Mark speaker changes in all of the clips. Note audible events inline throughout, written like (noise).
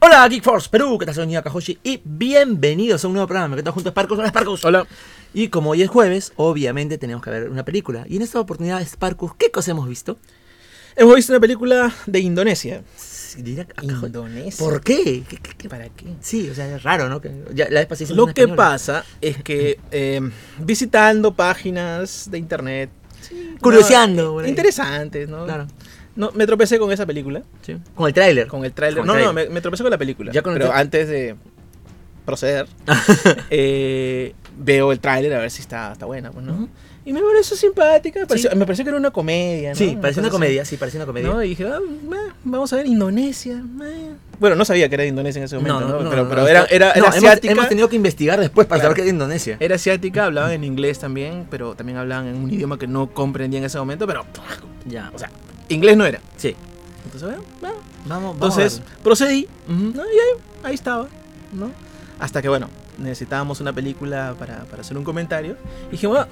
Speaker 1: Hola Geek Force Perú, ¿qué tal? Soy Nia Kajoshi y bienvenidos a un nuevo programa que está junto a Sparkus. Hola Sparkus.
Speaker 2: Hola.
Speaker 1: Y como hoy es jueves, obviamente tenemos que ver una película. Y en esta oportunidad, Sparkus, ¿qué cosa hemos visto?
Speaker 2: Hemos visto una película de Indonesia.
Speaker 1: Sí, dirá a Kajoshi.
Speaker 2: ¿Indonesia?
Speaker 1: Ah, ¿Por qué? ¿Qué- qué- qué-
Speaker 2: ¿Para qué?
Speaker 1: Sí, o sea, es raro, ¿no? Que ya la vez pasada hicimos
Speaker 2: Lo
Speaker 1: una
Speaker 2: que
Speaker 1: española.
Speaker 2: pasa es que eh, visitando páginas de internet. ¿no? eh,
Speaker 1: Curioseando, por ahí.
Speaker 2: interesantes, ¿no?
Speaker 1: Claro.
Speaker 2: No, me tropecé con esa película,
Speaker 1: Sí. Con el tráiler. (laughs)
Speaker 2: con el tráiler.
Speaker 1: Con el
Speaker 2: No, no,
Speaker 1: tráiler.
Speaker 2: me, me tropecé con la película.
Speaker 1: Ya con el
Speaker 2: pero
Speaker 1: tra-
Speaker 2: antes de proceder, eh, veo el tráiler a ver si está, está buena, pues, ¿no?
Speaker 1: Ujú.
Speaker 2: Y me pareció simpática. pareció- Me pareció que era una comedia, ¿no?
Speaker 1: Sí, parecía una
Speaker 2: cosa así.
Speaker 1: comedia, sí, parecía una comedia.
Speaker 2: ¿no? Y dije, ah, meh, vamos a ver Indonesia. meh. Bueno, no sabía que era de Indonesia en ese momento, ¿no? pero, pero
Speaker 1: no,
Speaker 2: era,
Speaker 1: está-
Speaker 2: era, era
Speaker 1: no, hemos-
Speaker 2: asiática.
Speaker 1: Hemos, tenido que investigar después para
Speaker 2: Claro.
Speaker 1: saber
Speaker 2: Eh,
Speaker 1: que es de Indonesia.
Speaker 2: Era asiática, hablaban en inglés también, pero también hablaban en un idioma que no comprendía en ese momento, pero
Speaker 1: Ya,
Speaker 2: o sea, inglés no era.
Speaker 1: sí.
Speaker 2: Entonces, bueno, bueno.
Speaker 1: Ah, Vamos, vamos.
Speaker 2: Entonces
Speaker 1: a verlo.
Speaker 2: procedí,
Speaker 1: Ujú.
Speaker 2: ¿no? Y ahí, ahí estaba, ¿no? Hasta que, bueno, necesitábamos una película para, para hacer un comentario. Y dije, bueno,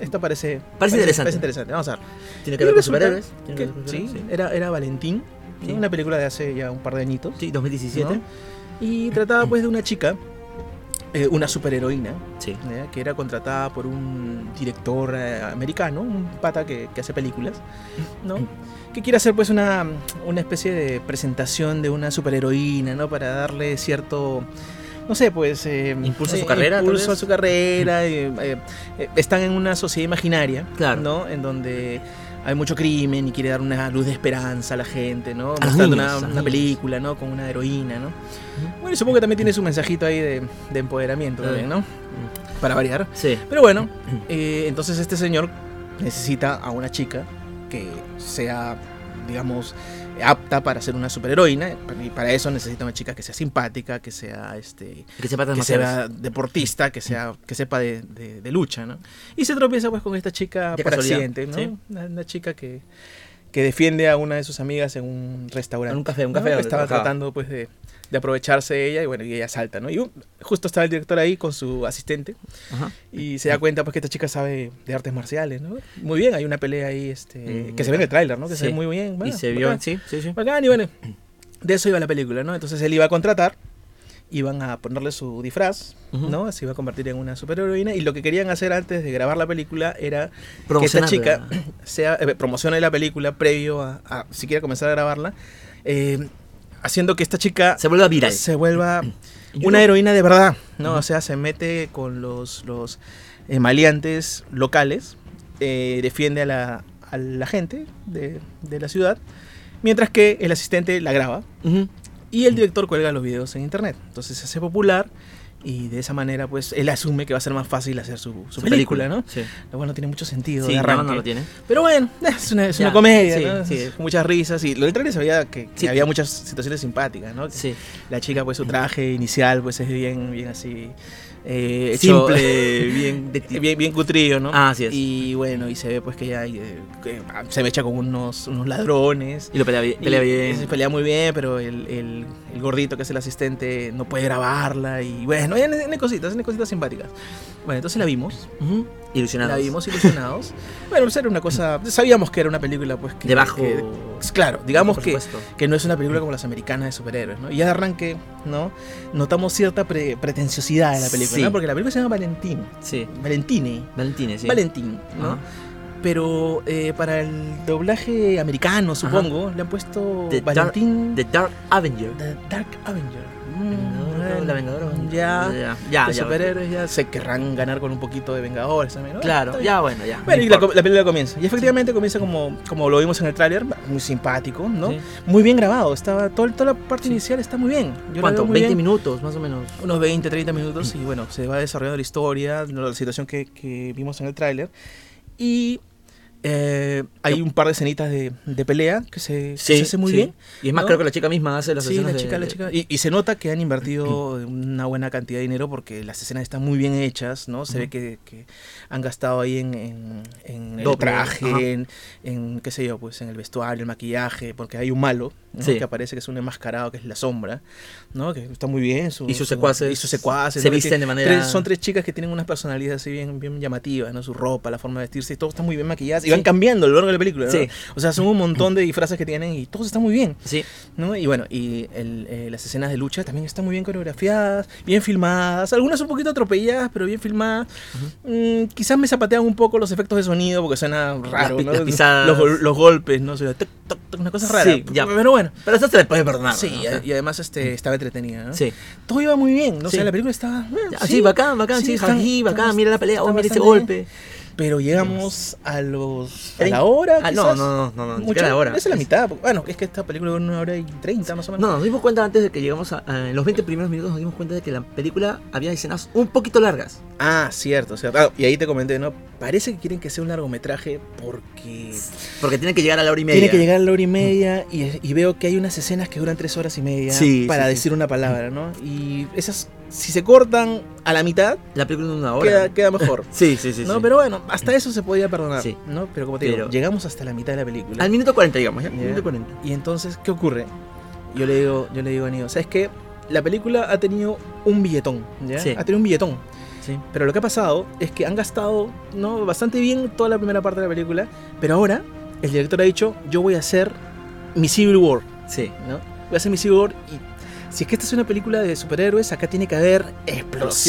Speaker 2: esta parece,
Speaker 1: interesante.
Speaker 2: Parece interesante, vamos a ver.
Speaker 1: Tiene
Speaker 2: Y
Speaker 1: que ver con
Speaker 2: resulta
Speaker 1: superhéroes.
Speaker 2: que-
Speaker 1: tiene que ver con
Speaker 2: sí,
Speaker 1: superhéroes,
Speaker 2: Era, era Valentín, ¿no?
Speaker 1: Sí.
Speaker 2: una película de hace ya un par de añitos.
Speaker 1: Sí, 2017.
Speaker 2: ¿no? Y trataba pues de una chica, eh, una superheroína,
Speaker 1: Sí.
Speaker 2: ¿ya? ¿eh? que era contratada por un director eh, americano, un pata que, que hace películas, ¿no? Que quiere hacer pues una, una especie de presentación de una superheroína, ¿no? Para darle cierto... No sé, pues... eh,
Speaker 1: Impulso a su
Speaker 2: eh,
Speaker 1: carrera, tal
Speaker 2: Impulso a
Speaker 1: vez.
Speaker 2: su carrera. eh, eh, eh, están en una sociedad imaginaria,
Speaker 1: Claro.
Speaker 2: ¿no? En donde hay mucho crimen y quiere dar una luz de esperanza a la gente, ¿no?
Speaker 1: los
Speaker 2: Mostrando
Speaker 1: niños, a
Speaker 2: una,
Speaker 1: los
Speaker 2: una
Speaker 1: niños.
Speaker 2: película, ¿no? Con una heroína, ¿no? Bueno, y supongo que también tiene su mensajito ahí de, de empoderamiento
Speaker 1: Sí.
Speaker 2: también, ¿no? Para variar.
Speaker 1: Sí.
Speaker 2: Pero bueno, eh, entonces este señor necesita a una chica que sea, digamos, apta para ser una superheroína. Y para eso necesita una chica que sea simpática, que sea este
Speaker 1: Que sepa
Speaker 2: que
Speaker 1: demasiado.
Speaker 2: sea deportista, que sea que sepa de, de- de lucha, ¿no? Y se tropieza pues con esta chica
Speaker 1: De
Speaker 2: por
Speaker 1: casualidad,
Speaker 2: accidente, ¿no?
Speaker 1: sí.
Speaker 2: Una, una chica que, que defiende a una de sus amigas en un restaurante.
Speaker 1: En un café, un
Speaker 2: ¿no?
Speaker 1: café donde
Speaker 2: Estaba
Speaker 1: trabajaba.
Speaker 2: tratando pues de, de aprovecharse de ella y bueno, y ella salta, ¿no? Y uh, justo estaba el director ahí con su asistente
Speaker 1: Ajá.
Speaker 2: y se da cuenta pues que esta chica sabe de artes marciales, ¿no? Muy bien, hay una pelea ahí este,
Speaker 1: Mm,
Speaker 2: que se ve en el tráiler, ¿no? Que
Speaker 1: Sí.
Speaker 2: se ve muy bien.
Speaker 1: Y
Speaker 2: bueno,
Speaker 1: se vio.
Speaker 2: bacán.
Speaker 1: Sí, sí, sí.
Speaker 2: Bacán, y bueno, de eso iba la película, ¿no? Entonces él iba a contratar, iban a ponerle su disfraz,
Speaker 1: Ujú.
Speaker 2: ¿no? Se iba a convertir en una superheroína y lo que querían hacer antes de grabar la película era que esta
Speaker 1: Promocionarla.
Speaker 2: chica (clears throat) sea, eh, promocione la película previo a, a siquiera comenzar a grabarla, eh, haciendo que esta chica
Speaker 1: Se vuelve viral. (clears throat)
Speaker 2: se vuelva
Speaker 1: YouTube.
Speaker 2: una heroína de verdad, ¿no?
Speaker 1: Ujú.
Speaker 2: O sea, se mete con los, los eh, maleantes locales, eh, defiende a la, a la gente de, de la ciudad, mientras que el asistente la graba
Speaker 1: Ujú.
Speaker 2: y el director cuelga los videos en internet. Entonces se hace popular y de esa manera, pues, él asume que va a ser más fácil hacer su, su película, ¿no?
Speaker 1: Sí.
Speaker 2: Lo cual no tiene mucho sentido.
Speaker 1: Sí,
Speaker 2: de
Speaker 1: no, no
Speaker 2: arranque.
Speaker 1: lo tiene.
Speaker 2: Pero bueno, eh, es una, es
Speaker 1: Ya,
Speaker 2: una comedia,
Speaker 1: sí,
Speaker 2: ¿no?
Speaker 1: sí.
Speaker 2: Es- Muchas risas y lo del trailer sabía que, que
Speaker 1: Sí.
Speaker 2: había muchas situaciones simpáticas, ¿no? Que-
Speaker 1: Sí.
Speaker 2: la chica, pues su traje inicial, pues es bien, bien así. eh,
Speaker 1: (laughs)
Speaker 2: hecho-
Speaker 1: Simple, bien. de ti-
Speaker 2: (laughs) Bien, bien cutrillo, ¿no?
Speaker 1: Ah, así es.
Speaker 2: Y bueno, y se ve pues que ya eh, que se mecha con unos, unos ladrones.
Speaker 1: Y lo pelea bien. Pelea
Speaker 2: Y-
Speaker 1: bien.
Speaker 2: sí, pelea muy bien, pero el, el- el gordito que es el asistente no puede grabarla. Y bueno, hay, cositas, hay cositas simpáticas. Bueno, entonces la vimos.
Speaker 1: Ujú. Ilusionados.
Speaker 2: La vimos
Speaker 1: (laughs)
Speaker 2: ilusionados. bueno, pues era una cosa. Sabíamos que era una película, pues que.
Speaker 1: De bajo-
Speaker 2: que- claro, digamos
Speaker 1: Por
Speaker 2: que
Speaker 1: supuesto.
Speaker 2: que no es una película como las americanas de superhéroes, ¿no? Y ya de arranque, ¿no? Notamos cierta pre- pretenciosidad en la película,
Speaker 1: Sí.
Speaker 2: ¿no? Porque la película se llama Valentín,
Speaker 1: Sí.
Speaker 2: Valentine,
Speaker 1: Valentines, sí.
Speaker 2: Valentín, ¿no?
Speaker 1: Ajá.
Speaker 2: Pero eh, para el doblaje americano, supongo, le han puesto
Speaker 1: The Dark-
Speaker 2: Valentín
Speaker 1: The Dark Avenger.
Speaker 2: The Dark Avenger.
Speaker 1: Vengador,
Speaker 2: Mm, bueno,
Speaker 1: la Vengadora.
Speaker 2: Ya,
Speaker 1: Ya, ya.
Speaker 2: de
Speaker 1: ya.
Speaker 2: superhéroes ya se querrán ganar con un poquito de Vengadores también, ¿no?
Speaker 1: Claro,
Speaker 2: Está bien.
Speaker 1: ya, bueno, ya.
Speaker 2: Bueno,
Speaker 1: no
Speaker 2: y la,
Speaker 1: importa.
Speaker 2: la película comienza. Y efectivamente comienza como, como lo vimos en el tráiler, muy simpático, ¿no?
Speaker 1: Sí.
Speaker 2: Muy bien grabado, estaba todo, toda la parte
Speaker 1: Sí.
Speaker 2: inicial está muy bien. Yo la
Speaker 1: ¿Cuánto?
Speaker 2: veo muy
Speaker 1: 20
Speaker 2: bien, Mm.
Speaker 1: minutos, más o menos.
Speaker 2: Unos 20, 30 minutos y bueno, se va desarrollando la historia, la situación que, que vimos en el tráiler. Y eh, hay un par de escenitas de, de pelea que se, que se hace muy
Speaker 1: sí.
Speaker 2: bien.
Speaker 1: Y es más,
Speaker 2: ¿no?
Speaker 1: creo que la chica misma hace las
Speaker 2: Sí,
Speaker 1: escenas
Speaker 2: la
Speaker 1: de-
Speaker 2: chica, la
Speaker 1: de-
Speaker 2: chica. Y, y se nota que han invertido
Speaker 1: (clears throat)
Speaker 2: una buena cantidad de dinero porque las escenas están muy bien hechas, ¿no? Se ve
Speaker 1: Ujú.
Speaker 2: que, que han gastado ahí en, en, en el
Speaker 1: Doble, ajá.
Speaker 2: traje, en, en, qué sé yo, pues en el vestuario, el maquillaje, porque hay un malo, ¿no?
Speaker 1: Sí.
Speaker 2: que aparece que es un enmascarado, que es la sombra, ¿no? que está muy bien. su-
Speaker 1: Y sus
Speaker 2: su-
Speaker 1: secuaces
Speaker 2: y sus secuaces,
Speaker 1: se
Speaker 2: ¿no? Que
Speaker 1: visten de
Speaker 2: tiene-
Speaker 1: manera-
Speaker 2: tres- son tres chicas que tienen unas personalidades así bien, bien llamativas, ¿no? su ropa, la forma de vestirse, y todo está muy bien maquillado. Y
Speaker 1: Sí.
Speaker 2: van cambiando a lo largo de la película. ¿no?
Speaker 1: Sí.
Speaker 2: O sea, son un montón de disfraces que tienen y todos están muy bien.
Speaker 1: Sí,
Speaker 2: ¿no? Y bueno, y el- eh, las escenas de lucha también están muy bien coreografiadas, bien filmadas, algunas un poquito atropelladas, pero bien filmadas. Mm, quizás me zapatean un poco los efectos de sonido porque suena raro,
Speaker 1: pi-
Speaker 2: ¿no?
Speaker 1: las pisadas.
Speaker 2: Los, gol- los golpes, ¿no? Suena toc, toc, toc, una cosa rara.
Speaker 1: Sí, ya.
Speaker 2: Pero bueno.
Speaker 1: pero eso se le puede perdonar.
Speaker 2: Sí,
Speaker 1: ¿no? O
Speaker 2: y a-
Speaker 1: sea,
Speaker 2: y además este, estaba entretenida, ¿no?
Speaker 1: sí.
Speaker 2: Todo iba muy bien, ¿no? O sea,
Speaker 1: Sí.
Speaker 2: la película estaba... eh,
Speaker 1: Ya, sí, bacán, bacán, sí,
Speaker 2: están-
Speaker 1: aquí, bacán,
Speaker 2: están-
Speaker 1: mira la pelea, oh,
Speaker 2: están
Speaker 1: mira ese
Speaker 2: bastante bien.
Speaker 1: golpe.
Speaker 2: Pero llegamos a los... A
Speaker 1: Trein-
Speaker 2: la hora,
Speaker 1: Ah, no,
Speaker 2: quizás.
Speaker 1: no, no, no, no, ni
Speaker 2: Mucho-
Speaker 1: siquiera la hora.
Speaker 2: Esa es la mitad. porque- Bueno, es que esta película dura una hora y treinta, más o menos.
Speaker 1: No, nos dimos cuenta antes de que llegamos a, a- en los 20 primeros minutos nos dimos cuenta de que la película había escenas un poquito largas.
Speaker 2: Ah, cierto, cierto. Ah, y ahí te comenté, ¿no? Parece que quieren que sea un largometraje porque Mm.
Speaker 1: Porque tiene que llegar a la hora y media.
Speaker 2: tiene que llegar a la hora y media y, y veo que hay unas escenas que duran tres horas y media
Speaker 1: Sí,
Speaker 2: para
Speaker 1: sí, sí.
Speaker 2: decir una palabra, ¿no? Y esas, si se cortan a la mitad,
Speaker 1: La película en una hora.
Speaker 2: queda, queda (laughs) mejor.
Speaker 1: Sí, sí, sí.
Speaker 2: ¿no?
Speaker 1: sí.
Speaker 2: Pero bueno, hasta eso se podía perdonar,
Speaker 1: Sí.
Speaker 2: ¿no? Mm. Pero como te digo,
Speaker 1: Pero-
Speaker 2: llegamos hasta la mitad de la película.
Speaker 1: Al minuto 40, digamos, ¿ya?
Speaker 2: Ya.
Speaker 1: Minuto 40.
Speaker 2: Y entonces, ¿qué ocurre? Yo le digo, yo le digo a Neo, ¿sabes qué? La película ha tenido un billetón, ¿ya?
Speaker 1: Sí.
Speaker 2: Ha tenido un billetón.
Speaker 1: Sí.
Speaker 2: Pero lo que ha pasado es que han gastado ¿no? bastante bien toda la primera parte de la película, pero ahora el director ha dicho, yo voy a hacer mi Civil War,
Speaker 1: Sí.
Speaker 2: ¿no? Voy a hacer mi Civil War y si es que esta es una película de superhéroes, acá tiene que haber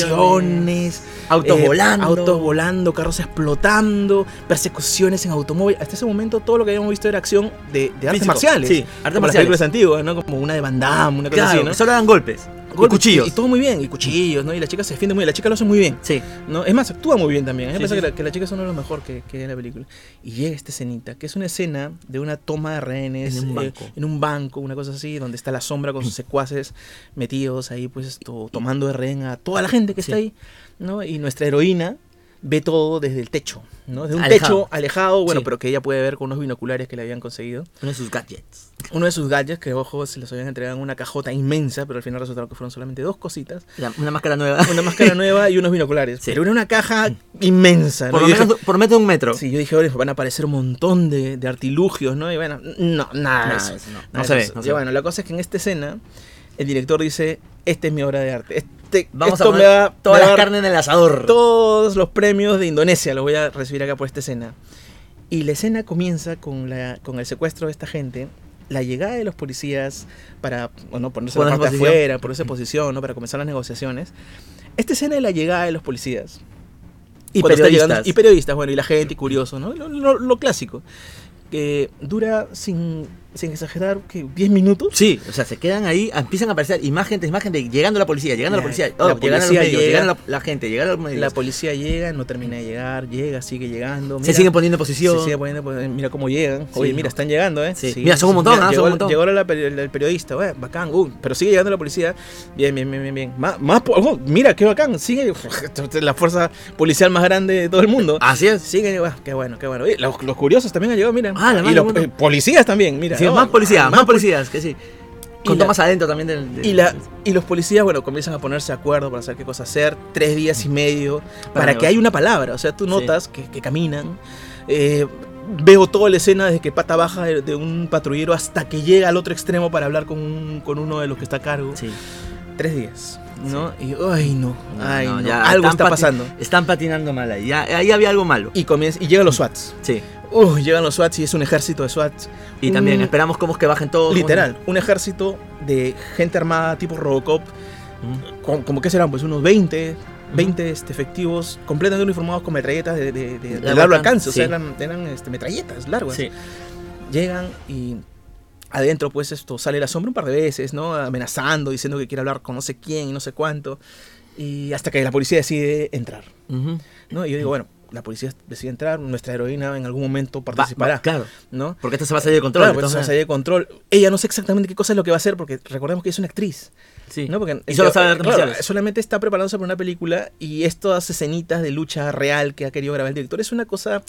Speaker 2: explosiones,
Speaker 1: Autos
Speaker 2: eh,
Speaker 1: volando.
Speaker 2: autos volando, carros explotando, persecuciones en automóvil. Hasta ese momento todo lo que habíamos visto era acción de, de artes
Speaker 1: Físico.
Speaker 2: marciales.
Speaker 1: Sí, artes
Speaker 2: Como las películas
Speaker 1: marciales.
Speaker 2: antiguas, ¿no? Como una de Van Damme, una cosa
Speaker 1: Claro,
Speaker 2: así, ¿no?
Speaker 1: solo dan golpes.
Speaker 2: Golpes
Speaker 1: y cuchillos.
Speaker 2: Y, todo muy bien, y cuchillos, ¿no? Y la chica se defiende muy bien, la chica lo hace muy bien.
Speaker 1: Sí.
Speaker 2: ¿no? Es más, actúa muy bien también. A mí me
Speaker 1: Sí,
Speaker 2: parece
Speaker 1: sí,
Speaker 2: Que, la, que la chica es uno de los mejor que, que hay en la película. Y llega esta escenita, que es una escena de una toma de rehenes
Speaker 1: En un
Speaker 2: eh,
Speaker 1: banco.
Speaker 2: en un banco, una cosa así, donde está la sombra
Speaker 1: (clears throat)
Speaker 2: con sus secuaces metidos ahí, pues esto, tomando de rehén a toda la gente que está
Speaker 1: Sí.
Speaker 2: ahí, ¿no? Y nuestra heroína ve todo desde el techo, ¿no? De un
Speaker 1: Alejado.
Speaker 2: techo alejado, bueno,
Speaker 1: Sí.
Speaker 2: pero que ella puede ver con unos binoculares que le habían conseguido.
Speaker 1: Uno de sus gadgets.
Speaker 2: Uno de sus gadgets, que ojo, se los habían entregado en una cajota inmensa, pero al final resultaron que fueron solamente dos cositas
Speaker 1: La- una máscara nueva.
Speaker 2: una máscara nueva y unos binoculares.
Speaker 1: Sí.
Speaker 2: Pero era una caja inmensa.
Speaker 1: (laughs)
Speaker 2: ¿no?
Speaker 1: por, lo
Speaker 2: Yo dije-
Speaker 1: menos, por menos de un metro.
Speaker 2: sí, yo dije, "Oye, van a aparecer un montón de, de artilugios, ¿no? Y bueno, no, nada. de
Speaker 1: Nada,
Speaker 2: eso.
Speaker 1: Ah, eso no.
Speaker 2: Nada
Speaker 1: No
Speaker 2: de
Speaker 1: se ve.
Speaker 2: eso.
Speaker 1: no
Speaker 2: Y
Speaker 1: se ve.
Speaker 2: bueno, la cosa es que en esta escena, el director dice, esta es mi obra de arte. Este,
Speaker 1: Vamos a
Speaker 2: esto me
Speaker 1: poner
Speaker 2: va-
Speaker 1: todas
Speaker 2: me va
Speaker 1: las
Speaker 2: a dar
Speaker 1: carnes en el asador.
Speaker 2: todos los premios de Indonesia, los voy a recibir acá por esta escena. Y la escena comienza con, la, con el secuestro de esta gente, la llegada de los policías para bueno, ponerse la
Speaker 1: Ponerse
Speaker 2: parte
Speaker 1: posición.
Speaker 2: afuera, ponerse posición, ¿no? para comenzar las negociaciones. Esta escena de la llegada de los policías. Y
Speaker 1: Cuando está
Speaker 2: periodistas.
Speaker 1: llegando-
Speaker 2: y periodistas, bueno, y la gente, y curioso, ¿no? Lo, lo- lo clásico. Que dura, sin, sin exagerar, que 10 minutos.
Speaker 1: Sí, o sea, se quedan ahí, empiezan a aparecer imágenes, imágenes, de llegando la policía, llegando la,
Speaker 2: La-
Speaker 1: policía,
Speaker 2: la
Speaker 1: oh, llegando los
Speaker 2: policía
Speaker 1: medios,
Speaker 2: llega.
Speaker 1: llegando la, la gente, llegando los medios.
Speaker 2: La policía llega, no termina de llegar, llega, sigue llegando.
Speaker 1: se
Speaker 2: mira.
Speaker 1: siguen poniendo en posición.
Speaker 2: Se sigue poniendo, pues, mira cómo llegan.
Speaker 1: Sí,
Speaker 2: Oye,
Speaker 1: no.
Speaker 2: mira, están llegando, ¿eh?
Speaker 1: Sí. Mira, son un montón, ¿ah?
Speaker 2: Llegó,
Speaker 1: Son un montón.
Speaker 2: llegó ahora la peri- el, el periodista, "Oye, bacán, uh, pero sigue llegando la policía. Bien, bien, bien, bien. bien. Más, más po- oh, mira, qué bacán, sigue. (laughs) La fuerza policial más grande de todo el mundo.
Speaker 1: Así es.
Speaker 2: Sigue, ah, qué bueno, qué bueno. Oye, los, los curiosos también han llegado, mira.
Speaker 1: Ah, la
Speaker 2: y
Speaker 1: madre
Speaker 2: los
Speaker 1: del mundo.
Speaker 2: eh, policías también, mira.
Speaker 1: Sí,
Speaker 2: Oh,
Speaker 1: más policías, más,
Speaker 2: más poli-
Speaker 1: policías, que sí.
Speaker 2: Y
Speaker 1: Con
Speaker 2: la-
Speaker 1: tomas adentro también del. del-
Speaker 2: y, la, y los policías, bueno, comienzan a ponerse de acuerdo para saber qué cosa hacer. Tres días y medio para,
Speaker 1: negociar.
Speaker 2: que haya una palabra. O sea, tú
Speaker 1: Sí.
Speaker 2: notas que, que caminan. eh, veo toda la escena desde que pata baja de, de un patrullero hasta que llega al otro extremo para hablar con, un- con uno de los que está a cargo.
Speaker 1: Sí.
Speaker 2: Tres días, ¿no? Y, ay, no,
Speaker 1: No,
Speaker 2: ay,
Speaker 1: no,
Speaker 2: no.
Speaker 1: ya
Speaker 2: algo
Speaker 1: están
Speaker 2: está
Speaker 1: pati-
Speaker 2: pasando.
Speaker 1: Están patinando mal ahí. ya- ahí había algo malo.
Speaker 2: Y, comienza, y llegan los SWATs.
Speaker 1: Sí.
Speaker 2: Uh, llegan los SWATs y es un ejército de SWATs.
Speaker 1: Y también
Speaker 2: Mm.
Speaker 1: esperamos cómo es que bajen todos.
Speaker 2: Literal, un ejército de gente armada tipo Robocop
Speaker 1: Mm.
Speaker 2: con- como que serán pues unos 20, 20 este, efectivos completamente uniformados con metralletas de, de- de- de
Speaker 1: La
Speaker 2: largo
Speaker 1: bacán,
Speaker 2: alcance, o sea,
Speaker 1: sí.
Speaker 2: eran, eran, este, metralletas largas.
Speaker 1: Sí.
Speaker 2: Llegan y adentro pues esto sale la sombra un par de veces, ¿no? Amenazando, diciendo que quiere hablar con no sé quién y no sé cuánto, y hasta que la policía decide entrar,
Speaker 1: Ujú.
Speaker 2: ¿no? Y yo digo, bueno, la policía decide entrar, nuestra heroína en algún momento
Speaker 1: Va-
Speaker 2: participará,
Speaker 1: va- claro.
Speaker 2: ¿no?
Speaker 1: Porque esto se va a salir de control.
Speaker 2: Claro,
Speaker 1: de
Speaker 2: pues,
Speaker 1: todas
Speaker 2: se sale de control. Ella no sé exactamente qué cosa es lo que va a hacer, porque recordemos que es una actriz.
Speaker 1: maneras. Sí.
Speaker 2: ¿no? Porque
Speaker 1: Y solo
Speaker 2: eh,
Speaker 1: sabe artes
Speaker 2: claro,
Speaker 1: marciales.
Speaker 2: solamente está preparándose para una película y estas escenitas de lucha real que ha querido grabar el director es una cosa,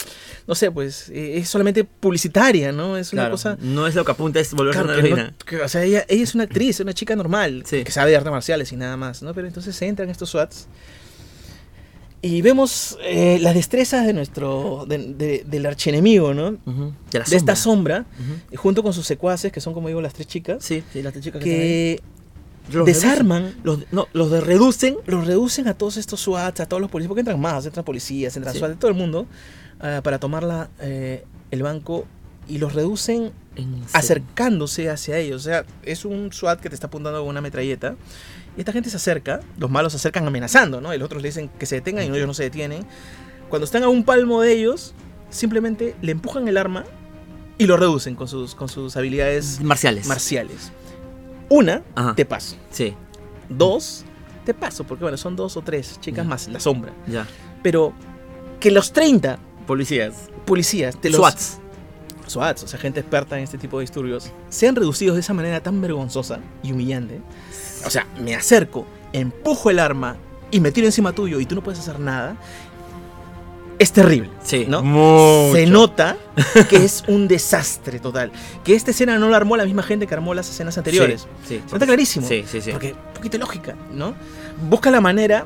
Speaker 2: no sé, pues eh, es solamente publicitaria, ¿no? Es una
Speaker 1: Claro,
Speaker 2: cosa...
Speaker 1: No es lo que apunta, es volverse
Speaker 2: claro,
Speaker 1: una
Speaker 2: que no-
Speaker 1: heroína.
Speaker 2: que- o sea, ella, ella es una actriz, una chica normal,
Speaker 1: Sí.
Speaker 2: que sabe de artes marciales y nada más, ¿no? Pero entonces entran estos SWATs Y vemos eh, las destrezas de nuestro, de- de- del archienemigo, ¿no?
Speaker 1: Ujú. De, la
Speaker 2: De esta
Speaker 1: sombra.
Speaker 2: sombra,
Speaker 1: Ujú.
Speaker 2: junto con sus secuaces, que son como digo las tres chicas,
Speaker 1: Sí, sí, las tres chicas que,
Speaker 2: que
Speaker 1: están ahí. Los
Speaker 2: desarman,
Speaker 1: reducen. Los, no, los de- reducen.
Speaker 2: los reducen a todos estos SWAT, a todos los policías, porque entran más, entran policías, entran
Speaker 1: Sí.
Speaker 2: SWAT, de todo el mundo, ah, para tomar la, eh, el banco y los reducen
Speaker 1: en-
Speaker 2: acercándose hacia ellos. O sea, es un SWAT que te está apuntando con una metralleta. Y esta gente se acerca, los malos se acercan amenazando, ¿no? Y los otros le dicen que se detengan y ellos no se detienen. Cuando están a un palmo de ellos, simplemente le empujan el arma y lo reducen con sus, con sus habilidades
Speaker 1: Marciales.
Speaker 2: marciales. Una,
Speaker 1: Ajá.
Speaker 2: te paso.
Speaker 1: sí,
Speaker 2: Dos, te paso, porque bueno, son dos o tres chicas
Speaker 1: Ya.
Speaker 2: más la sombra.
Speaker 1: ya.
Speaker 2: Pero que los 30
Speaker 1: Policías.
Speaker 2: policías, te los,
Speaker 1: SWATs.
Speaker 2: SWATs, o sea, gente experta en este tipo de disturbios, sean reducidos de esa manera tan vergonzosa y humillante. O sea, me acerco, empujo el arma y me tiro encima tuyo y tú no puedes hacer nada. Es terrible.
Speaker 1: Sí.
Speaker 2: ¿no?
Speaker 1: Mucho.
Speaker 2: Se nota que es un desastre total. Que esta escena no la armó la misma gente que armó las escenas anteriores.
Speaker 1: Sí. sí,
Speaker 2: Se nota clarísimo.
Speaker 1: Sí, sí, sí.
Speaker 2: Porque poquita lógica, ¿no? Busca la manera.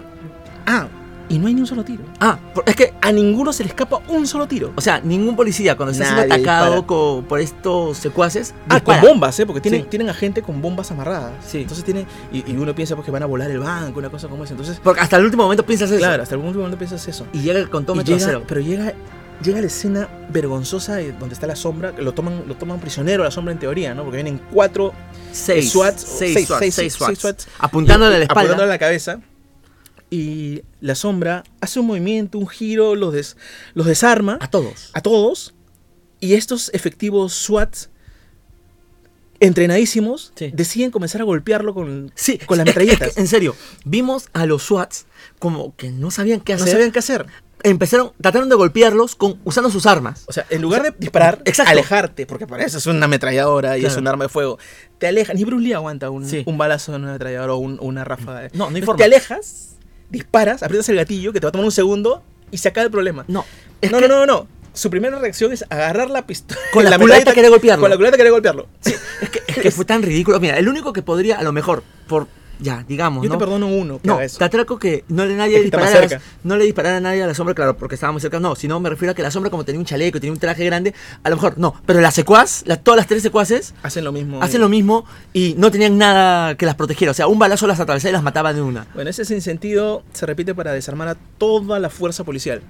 Speaker 2: Ah, y no hay ni un solo tiro.
Speaker 1: Ah, por- es que.
Speaker 2: A ninguno se le escapa un solo tiro.
Speaker 1: O sea, ningún policía cuando está siendo
Speaker 2: Nadie
Speaker 1: atacado
Speaker 2: dispara.
Speaker 1: co- por estos secuaces.
Speaker 2: Ah, con
Speaker 1: dispara.
Speaker 2: bombas, ¿eh? Porque tienen,
Speaker 1: Sí.
Speaker 2: tienen a gente con bombas amarradas.
Speaker 1: Sí.
Speaker 2: Entonces tienen. Y, y uno piensa pues, que van a volar el banco, una cosa como esa. Entonces,
Speaker 1: Porque hasta el último momento piensas eso.
Speaker 2: claro, hasta algún momento piensas eso.
Speaker 1: Y llega con todo
Speaker 2: Y
Speaker 1: metro
Speaker 2: llega-
Speaker 1: cero.
Speaker 2: pero llega, llega la escena vergonzosa de donde está la sombra, que lo toman, lo toman prisionero a la sombra en teoría, ¿no? Porque vienen cuatro
Speaker 1: Seis.
Speaker 2: SWATs,
Speaker 1: Seis,
Speaker 2: seis,
Speaker 1: SWATs.
Speaker 2: seis,
Speaker 1: seis
Speaker 2: seis
Speaker 1: SWATs.
Speaker 2: SWATs.
Speaker 1: Apuntándole a la espalda.
Speaker 2: apuntándole a la cabeza. Y la sombra hace un movimiento, un giro, los, des- los desarma
Speaker 1: A todos.
Speaker 2: a todos. Y estos efectivos SWAT, entrenadísimos,
Speaker 1: Sí.
Speaker 2: deciden comenzar a golpearlo con,
Speaker 1: Sí,
Speaker 2: con las
Speaker 1: es que- es que,
Speaker 2: metralletas.
Speaker 1: en serio, vimos a los SWATs como que no sabían qué
Speaker 2: no
Speaker 1: hacer.
Speaker 2: sabían qué hacer.
Speaker 1: Empezaron, trataron de golpearlos con, usando sus armas.
Speaker 2: O sea, en lugar de disparar,
Speaker 1: exacto.
Speaker 2: alejarte, porque para eso es una ametralladora y
Speaker 1: Claro.
Speaker 2: es un arma de fuego. Te alejas. Ni Bruce Lee aguanta un,
Speaker 1: Sí.
Speaker 2: un balazo de una ametralladora o un- una ráfaga. de-
Speaker 1: No, no hay
Speaker 2: Entonces,
Speaker 1: forma.
Speaker 2: Te alejas, disparas, aprietas el gatillo que te va a tomar un segundo y se acaba el problema.
Speaker 1: No, es
Speaker 2: No,
Speaker 1: que
Speaker 2: no, no, no. Su primera reacción es agarrar la pistola. (laughs)
Speaker 1: Con la culata
Speaker 2: metralleta-
Speaker 1: quería golpearlo.
Speaker 2: Con la culata quería golpearlo.
Speaker 1: es
Speaker 2: (laughs)
Speaker 1: que fue tan ridículo. Mira, el único que podría, a lo mejor, por. Ya, digamos.
Speaker 2: Yo
Speaker 1: ¿no?
Speaker 2: te perdono uno que
Speaker 1: No,
Speaker 2: haga eso.
Speaker 1: te atraco que no le, nadie
Speaker 2: Es que está más
Speaker 1: disparara a las-
Speaker 2: cerca.
Speaker 1: no le disparara a nadie a la sombra, claro, porque estábamos cerca. No, sino me refiero a que la sombra, como tenía un chaleco, tenía un traje grande, a lo mejor no. Pero las secuaz, las- todas las tres secuaces,
Speaker 2: Hacen lo mismo.
Speaker 1: hacen lo mismo y no tenían nada que las protegiera. O sea, un balazo las atravesaba y las mataba de una.
Speaker 2: Bueno, ese sinsentido se repite para desarmar a toda la fuerza policial.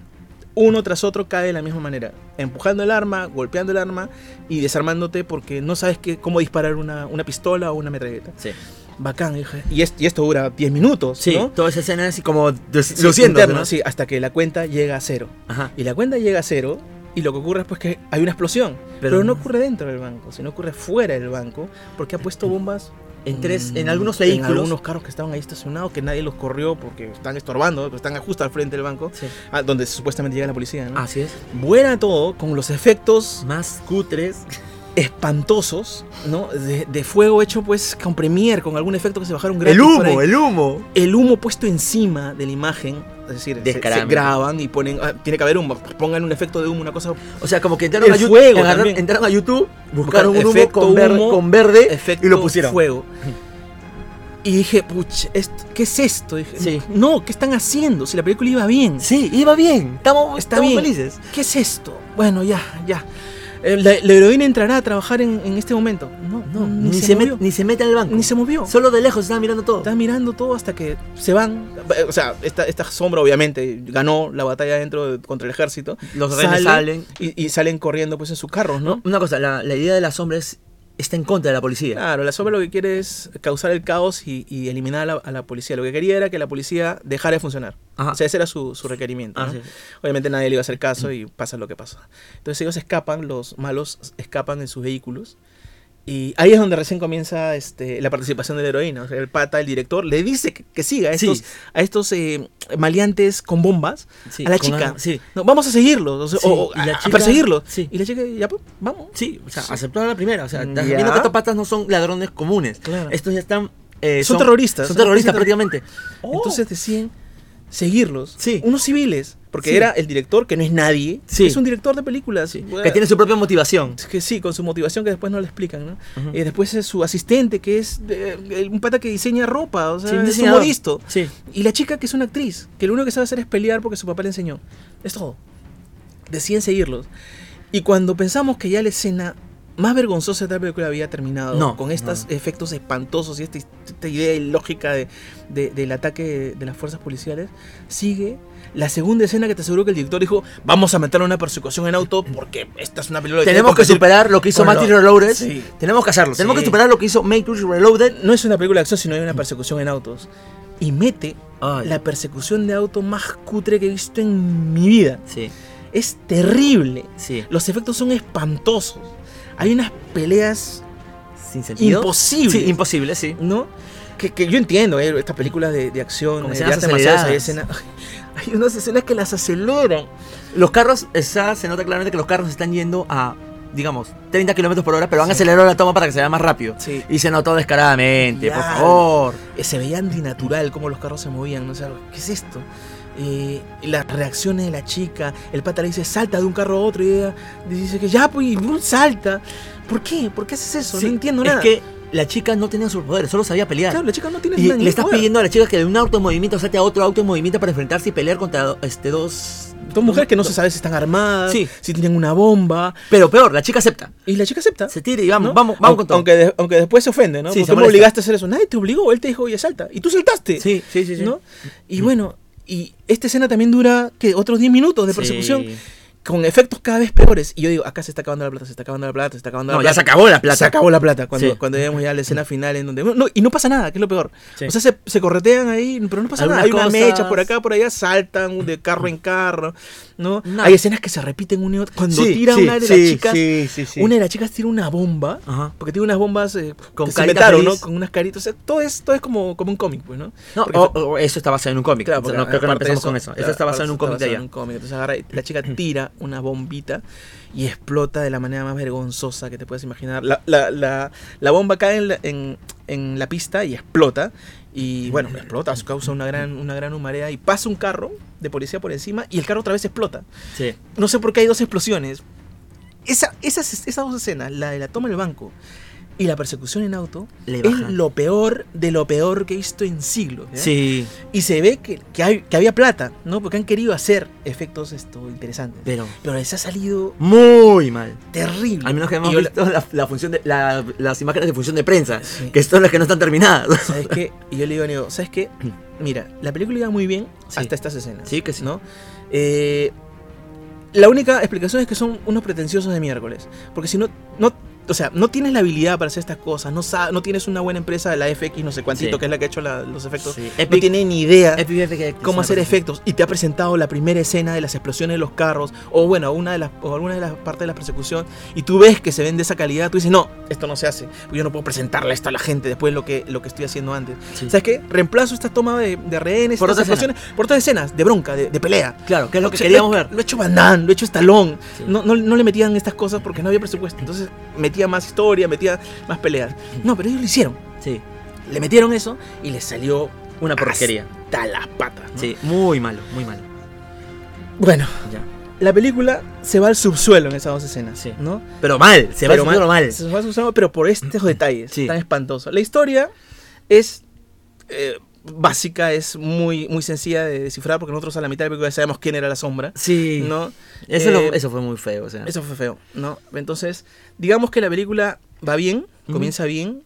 Speaker 2: Uno tras otro cae de la misma manera, empujando el arma, golpeando el arma y desarmándote porque no sabes qué- cómo disparar una, una pistola o una metralleta.
Speaker 1: Sí.
Speaker 2: Bacán, hija. Y, es- y esto dura 10 minutos,
Speaker 1: Sí,
Speaker 2: ¿no?
Speaker 1: toda esa escena así como des-
Speaker 2: Sí,
Speaker 1: luciéndose,
Speaker 2: interno,
Speaker 1: ¿no?
Speaker 2: sí, hasta que la cuenta llega a cero.
Speaker 1: Ajá.
Speaker 2: Y la cuenta llega a cero y lo que ocurre es pues que hay una explosión. Pero, no ocurre dentro del banco, sino ocurre fuera del banco porque ha puesto bombas
Speaker 1: En tres, en
Speaker 2: Mm,
Speaker 1: algunos vehículos.
Speaker 2: En algunos carros que estaban ahí estacionados, que nadie los corrió porque están estorbando, que están justo al frente del banco,
Speaker 1: Sí.
Speaker 2: ah, donde supuestamente llega la policía. ¿no?
Speaker 1: Así es.
Speaker 2: Ah, Buena todo, con los efectos
Speaker 1: Más cutres.
Speaker 2: espantosos, ¿no? De, de fuego hecho pues con Premiere, con algún efecto que se bajaron gratis.
Speaker 1: El
Speaker 2: por
Speaker 1: humo,
Speaker 2: ahí.
Speaker 1: el humo.
Speaker 2: El humo puesto encima de la imagen. Es decir, se- se,
Speaker 1: Descaradamente.
Speaker 2: graban y ponen. ah, tiene que haber humo. Pongan un efecto de humo, una cosa.
Speaker 1: O sea, como que entraron
Speaker 2: El
Speaker 1: a YouTube.
Speaker 2: fuego
Speaker 1: agarraron-
Speaker 2: también.
Speaker 1: entraron a YouTube, buscaron un humo
Speaker 2: efecto
Speaker 1: con, ver-
Speaker 2: humo,
Speaker 1: con verde
Speaker 2: Efecto
Speaker 1: y lo pusieron.
Speaker 2: fuego. Y dije, puch, esto- ¿qué es esto? Dije,
Speaker 1: Sí.
Speaker 2: No, ¿qué están haciendo? Si la película iba bien.
Speaker 1: Sí, iba bien. Estamos,
Speaker 2: Está
Speaker 1: estamos
Speaker 2: bien.
Speaker 1: felices.
Speaker 2: ¿Qué es esto? Bueno, ya, ya. Eh, La, la heroína entrará a trabajar en, en este momento. No, no, ni, se,
Speaker 1: met-
Speaker 2: movió.
Speaker 1: ni se mete al banco.
Speaker 2: Ni se movió.
Speaker 1: Solo de lejos estaba mirando todo.
Speaker 2: Está mirando todo hasta que se van. Eh, O sea, esta, esta sombra obviamente ganó la batalla dentro de- contra el ejército.
Speaker 1: Los rehenes salen.
Speaker 2: Y, y salen corriendo pues en sus carros, ¿no?
Speaker 1: Una cosa, la, la idea de las sombras está en contra de la policía.
Speaker 2: Claro, la sombra lo que quiere es causar el caos y, y eliminar a la, a la policía. Lo que quería era que la policía dejara de funcionar.
Speaker 1: Ajá.
Speaker 2: O sea, ese era su, su requerimiento.
Speaker 1: Ah,
Speaker 2: ¿no?
Speaker 1: sí.
Speaker 2: Obviamente nadie le iba a hacer caso y pasa lo que pasa. Entonces ellos escapan, los malos escapan en sus vehículos. Y ahí es donde recién comienza este, la participación de la heroína. O sea, el pata, el director, le dice que, que siga a
Speaker 1: Sí.
Speaker 2: estos, a estos eh, maleantes con bombas.
Speaker 1: Sí,
Speaker 2: a la
Speaker 1: con
Speaker 2: chica.
Speaker 1: armas, sí.
Speaker 2: No, vamos a seguirlos. o sea,
Speaker 1: Sí,
Speaker 2: o- o
Speaker 1: y
Speaker 2: a,
Speaker 1: la
Speaker 2: a
Speaker 1: chica-
Speaker 2: perseguirlos.
Speaker 1: sí.
Speaker 2: Y la chica, ya pues, vamos.
Speaker 1: Sí, Mm, o sea,
Speaker 2: Sí.
Speaker 1: aceptaron la primera. O sea, estás
Speaker 2: Ya.
Speaker 1: viendo que estos patas no son ladrones comunes.
Speaker 2: Claro.
Speaker 1: Estos ya están. eh,
Speaker 2: Son terroristas,
Speaker 1: Son
Speaker 2: son
Speaker 1: terroristas
Speaker 2: terroristas.
Speaker 1: prácticamente.
Speaker 2: Entonces deciden seguirlos.
Speaker 1: Oh. Sí.
Speaker 2: Unos civiles. Porque
Speaker 1: Sí.
Speaker 2: era el director que no es nadie.
Speaker 1: Sí.
Speaker 2: Es un director de películas. Bueno,
Speaker 1: Que tiene su propia motivación.
Speaker 2: es que sí, con su motivación que después no le explican, ¿no?
Speaker 1: Ujú.
Speaker 2: Eh, después es su asistente, que es de- el- un pata que diseña ropa, o sea,
Speaker 1: Sí, un
Speaker 2: es un
Speaker 1: diseñador.
Speaker 2: modisto.
Speaker 1: Sí.
Speaker 2: Y la chica que es una actriz, que lo único que sabe hacer es pelear porque su papá le enseñó. Es todo. Deciden seguirlos. Y cuando pensamos que ya la escena más vergonzosa de la película había terminado,
Speaker 1: No,
Speaker 2: con estos
Speaker 1: no, no.
Speaker 2: efectos espantosos y esta, esta idea ilógica de, de- del ataque de las fuerzas policiales, sigue la segunda escena que te aseguro que el director dijo, vamos a meter una persecución en auto porque esta es una película tiene
Speaker 1: Tenemos que
Speaker 2: competir
Speaker 1: superar lo que hizo
Speaker 2: con
Speaker 1: Matrix
Speaker 2: lo-
Speaker 1: Reloaded.
Speaker 2: Sí.
Speaker 1: Tenemos que hacerlo. Tenemos
Speaker 2: Sí.
Speaker 1: que superar lo que hizo Matrix Reloaded.
Speaker 2: no es una película de acción, sino hay
Speaker 1: Mm.
Speaker 2: una persecución en autos. Y mete la persecución de auto más cutre que he visto en mi vida.
Speaker 1: Sí,
Speaker 2: Es terrible.
Speaker 1: sí.
Speaker 2: Los efectos son espantosos. Hay unas peleas
Speaker 1: Sin sentido.
Speaker 2: imposibles.
Speaker 1: Sí, imposible, sí.
Speaker 2: ¿No? Que, que yo entiendo, eh, estas películas de, de acción,
Speaker 1: Con
Speaker 2: eh, de
Speaker 1: escenas
Speaker 2: artes marciales, hay,
Speaker 1: aceleradas.
Speaker 2: escenas- hay unas escenas que las aceleran.
Speaker 1: Los carros, esa, se nota claramente que los carros están yendo a, digamos, 30 kilómetros por hora, pero han
Speaker 2: Sí.
Speaker 1: acelerado la toma para que se vea más rápido.
Speaker 2: Sí.
Speaker 1: Y se notó descaradamente, por
Speaker 2: Claro.
Speaker 1: favor.
Speaker 2: Eh, se veía antinatural cómo los carros se movían, no sé, ¿qué es esto? Eh, y las reacciones de la chica, el pata le dice salta de un carro a otro y ella dice que ya, pues, y brum, salta. ¿Por qué? ¿Por qué haces eso?
Speaker 1: Sí,
Speaker 2: no entiendo
Speaker 1: es
Speaker 2: nada.
Speaker 1: que la chica no tenía superpoderes, solo sabía pelear.
Speaker 2: Claro, la chica no tiene
Speaker 1: Y
Speaker 2: nada-
Speaker 1: le
Speaker 2: ni
Speaker 1: estás
Speaker 2: poder.
Speaker 1: pidiendo a la chica que de un auto en movimiento salte a otro auto en movimiento para enfrentarse y pelear contra este dos.
Speaker 2: Son mujeres que no se sabe si están armadas,
Speaker 1: Sí.
Speaker 2: si tienen una bomba.
Speaker 1: Pero peor, la chica acepta.
Speaker 2: Y la chica acepta.
Speaker 1: Se tira y vamos,
Speaker 2: Ah. ¿no?
Speaker 1: vamos, vamos
Speaker 2: aunque,
Speaker 1: con todo.
Speaker 2: Aunque, de- aunque después se ofende, ¿no?
Speaker 1: Sí,
Speaker 2: ¿Por
Speaker 1: se
Speaker 2: qué me
Speaker 1: molesta.
Speaker 2: obligaste a hacer eso? Nadie te obligó, él te dijo, oye, salta. Y tú saltaste.
Speaker 1: Sí, sí, sí, Mm. sí.
Speaker 2: ¿no? Y bueno, y esta escena también dura que otros 10 minutos de persecución.
Speaker 1: Sí.
Speaker 2: con efectos cada vez peores. Y yo digo, acá se está acabando la plata, se está acabando la plata, se está acabando la
Speaker 1: No, ya
Speaker 2: plata.
Speaker 1: se acabó la plata.
Speaker 2: Se acabó la plata cuando,
Speaker 1: Sí.
Speaker 2: cuando llegamos ya
Speaker 1: (laughs)
Speaker 2: a la escena final en donde... no, y no pasa nada, que es lo peor.
Speaker 1: Sí.
Speaker 2: O sea, se, se corretean ahí, pero no pasa
Speaker 1: Algunas
Speaker 2: nada. Hay una
Speaker 1: cosas.
Speaker 2: mecha por acá, por allá, saltan de carro en carro, ¿no?
Speaker 1: No.
Speaker 2: Hay escenas que se repiten una y otra. Cuando
Speaker 1: Sí,
Speaker 2: tira
Speaker 1: sí,
Speaker 2: una de las
Speaker 1: sí,
Speaker 2: chicas,
Speaker 1: sí, sí, sí.
Speaker 2: una de las chicas tira una bomba,
Speaker 1: Ajá.
Speaker 2: porque tiene unas bombas eh,
Speaker 1: Con
Speaker 2: que se
Speaker 1: carita
Speaker 2: inventaron,
Speaker 1: feliz.
Speaker 2: ¿no? Con unas caritas, o sea, todo es, todo es como, como un cómic, pues, ¿no?
Speaker 1: No,
Speaker 2: Porque-
Speaker 1: o- o eso está basado en un cómic.
Speaker 2: Claro,
Speaker 1: O sea,
Speaker 2: porque
Speaker 1: no, creo que no
Speaker 2: aparte
Speaker 1: empezamos
Speaker 2: eso-
Speaker 1: con eso.
Speaker 2: claro,
Speaker 1: eso está basado en un
Speaker 2: aparte
Speaker 1: cómic de
Speaker 2: está basado
Speaker 1: allá.
Speaker 2: en un cómic. Entonces agarra y
Speaker 1: (clears throat)
Speaker 2: la chica tira una bombita y explota de la manera más vergonzosa que te puedes imaginar. La, la- la- la bomba cae en la, en- en la pista y explota. Y bueno, explota, causa una gran, una gran humareda y pasa un carro de policía por encima y el carro otra vez explota.
Speaker 1: Sí.
Speaker 2: No sé por qué hay dos explosiones. Esa, esas, esas dos escenas, la de la toma del banco y la persecución en auto,
Speaker 1: Le
Speaker 2: es
Speaker 1: bajan. ¿Eh?
Speaker 2: lo peor de lo peor que he visto en siglos. ¿eh? ¿ya?
Speaker 1: Sí,
Speaker 2: Y se ve que, que, hay- que había plata, ¿no? Porque han querido hacer efectos esto interesantes.
Speaker 1: pero
Speaker 2: Pero les ha salido
Speaker 1: muy mal.
Speaker 2: terrible.
Speaker 1: Al menos que hemos
Speaker 2: Y yo-
Speaker 1: visto la, la función de, la- las imágenes de función de prensa,
Speaker 2: Sí.
Speaker 1: que son las que no están terminadas.
Speaker 2: (laughs) ¿Sabes qué? Y yo le digo a Neo,
Speaker 1: (clears throat)
Speaker 2: ¿sabes qué? Mira, la película iba muy bien
Speaker 1: Sí.
Speaker 2: hasta estas escenas.
Speaker 1: Sí, que sí.
Speaker 2: ¿No? Eh, la única explicación es que son unos pretenciosos de miércoles. Porque si no... no o sea, no tienes la habilidad para hacer estas cosas, no, sa- no tienes una buena empresa de la FX, no sé cuántito,
Speaker 1: Sí.
Speaker 2: que es la que ha hecho la- los efectos.
Speaker 1: Sí.
Speaker 2: No tiene ni idea.
Speaker 1: Epic Epic Epic,
Speaker 2: cómo
Speaker 1: es
Speaker 2: hacer
Speaker 1: una cosa
Speaker 2: efectos y te ha presentado la primera escena de las explosiones de los carros o bueno una de las o alguna de las partes de la persecución y tú ves que se ven de esa calidad tú dices no esto no se hace porque yo no puedo presentarle esto a la gente después de lo que lo que estoy haciendo antes
Speaker 1: así.
Speaker 2: sabes qué reemplazo esta toma de, de rehenes
Speaker 1: Por
Speaker 2: estas
Speaker 1: otra escena.
Speaker 2: explosiones por otras escenas de bronca de, de pelea
Speaker 1: Claro, que es lo que
Speaker 2: O sea,
Speaker 1: queríamos
Speaker 2: lo he-
Speaker 1: ver.
Speaker 2: Lo he hecho Bandán, lo he hecho Estalón.
Speaker 1: Sí.
Speaker 2: No, no, no le metían estas cosas porque no había presupuesto. Entonces metía más historia, metía más peleas.
Speaker 1: Mm.
Speaker 2: No, pero ellos lo hicieron.
Speaker 1: Sí,
Speaker 2: Le metieron eso y les salió
Speaker 1: una porquería.
Speaker 2: hasta las patas. ¿no?
Speaker 1: Sí, muy malo, muy malo.
Speaker 2: Bueno,
Speaker 1: Ya.
Speaker 2: La película se va al subsuelo en esas dos escenas,
Speaker 1: Sí.
Speaker 2: ¿no?
Speaker 1: Pero mal, se va
Speaker 2: Pero
Speaker 1: el futuro mal.
Speaker 2: Se va al subsuelo, pero por estos detalles
Speaker 1: Sí.
Speaker 2: tan espantosos. La historia es eh, básica, es muy, muy sencilla de descifrar porque nosotros a la mitad de la película sabemos quién era la sombra,
Speaker 1: Sí.
Speaker 2: ¿no?
Speaker 1: Eso, lo-
Speaker 2: Eh,
Speaker 1: eso fue muy feo, o sea.
Speaker 2: eso fue feo, ¿no? Entonces, digamos que la película va bien,
Speaker 1: Ujú.
Speaker 2: comienza bien,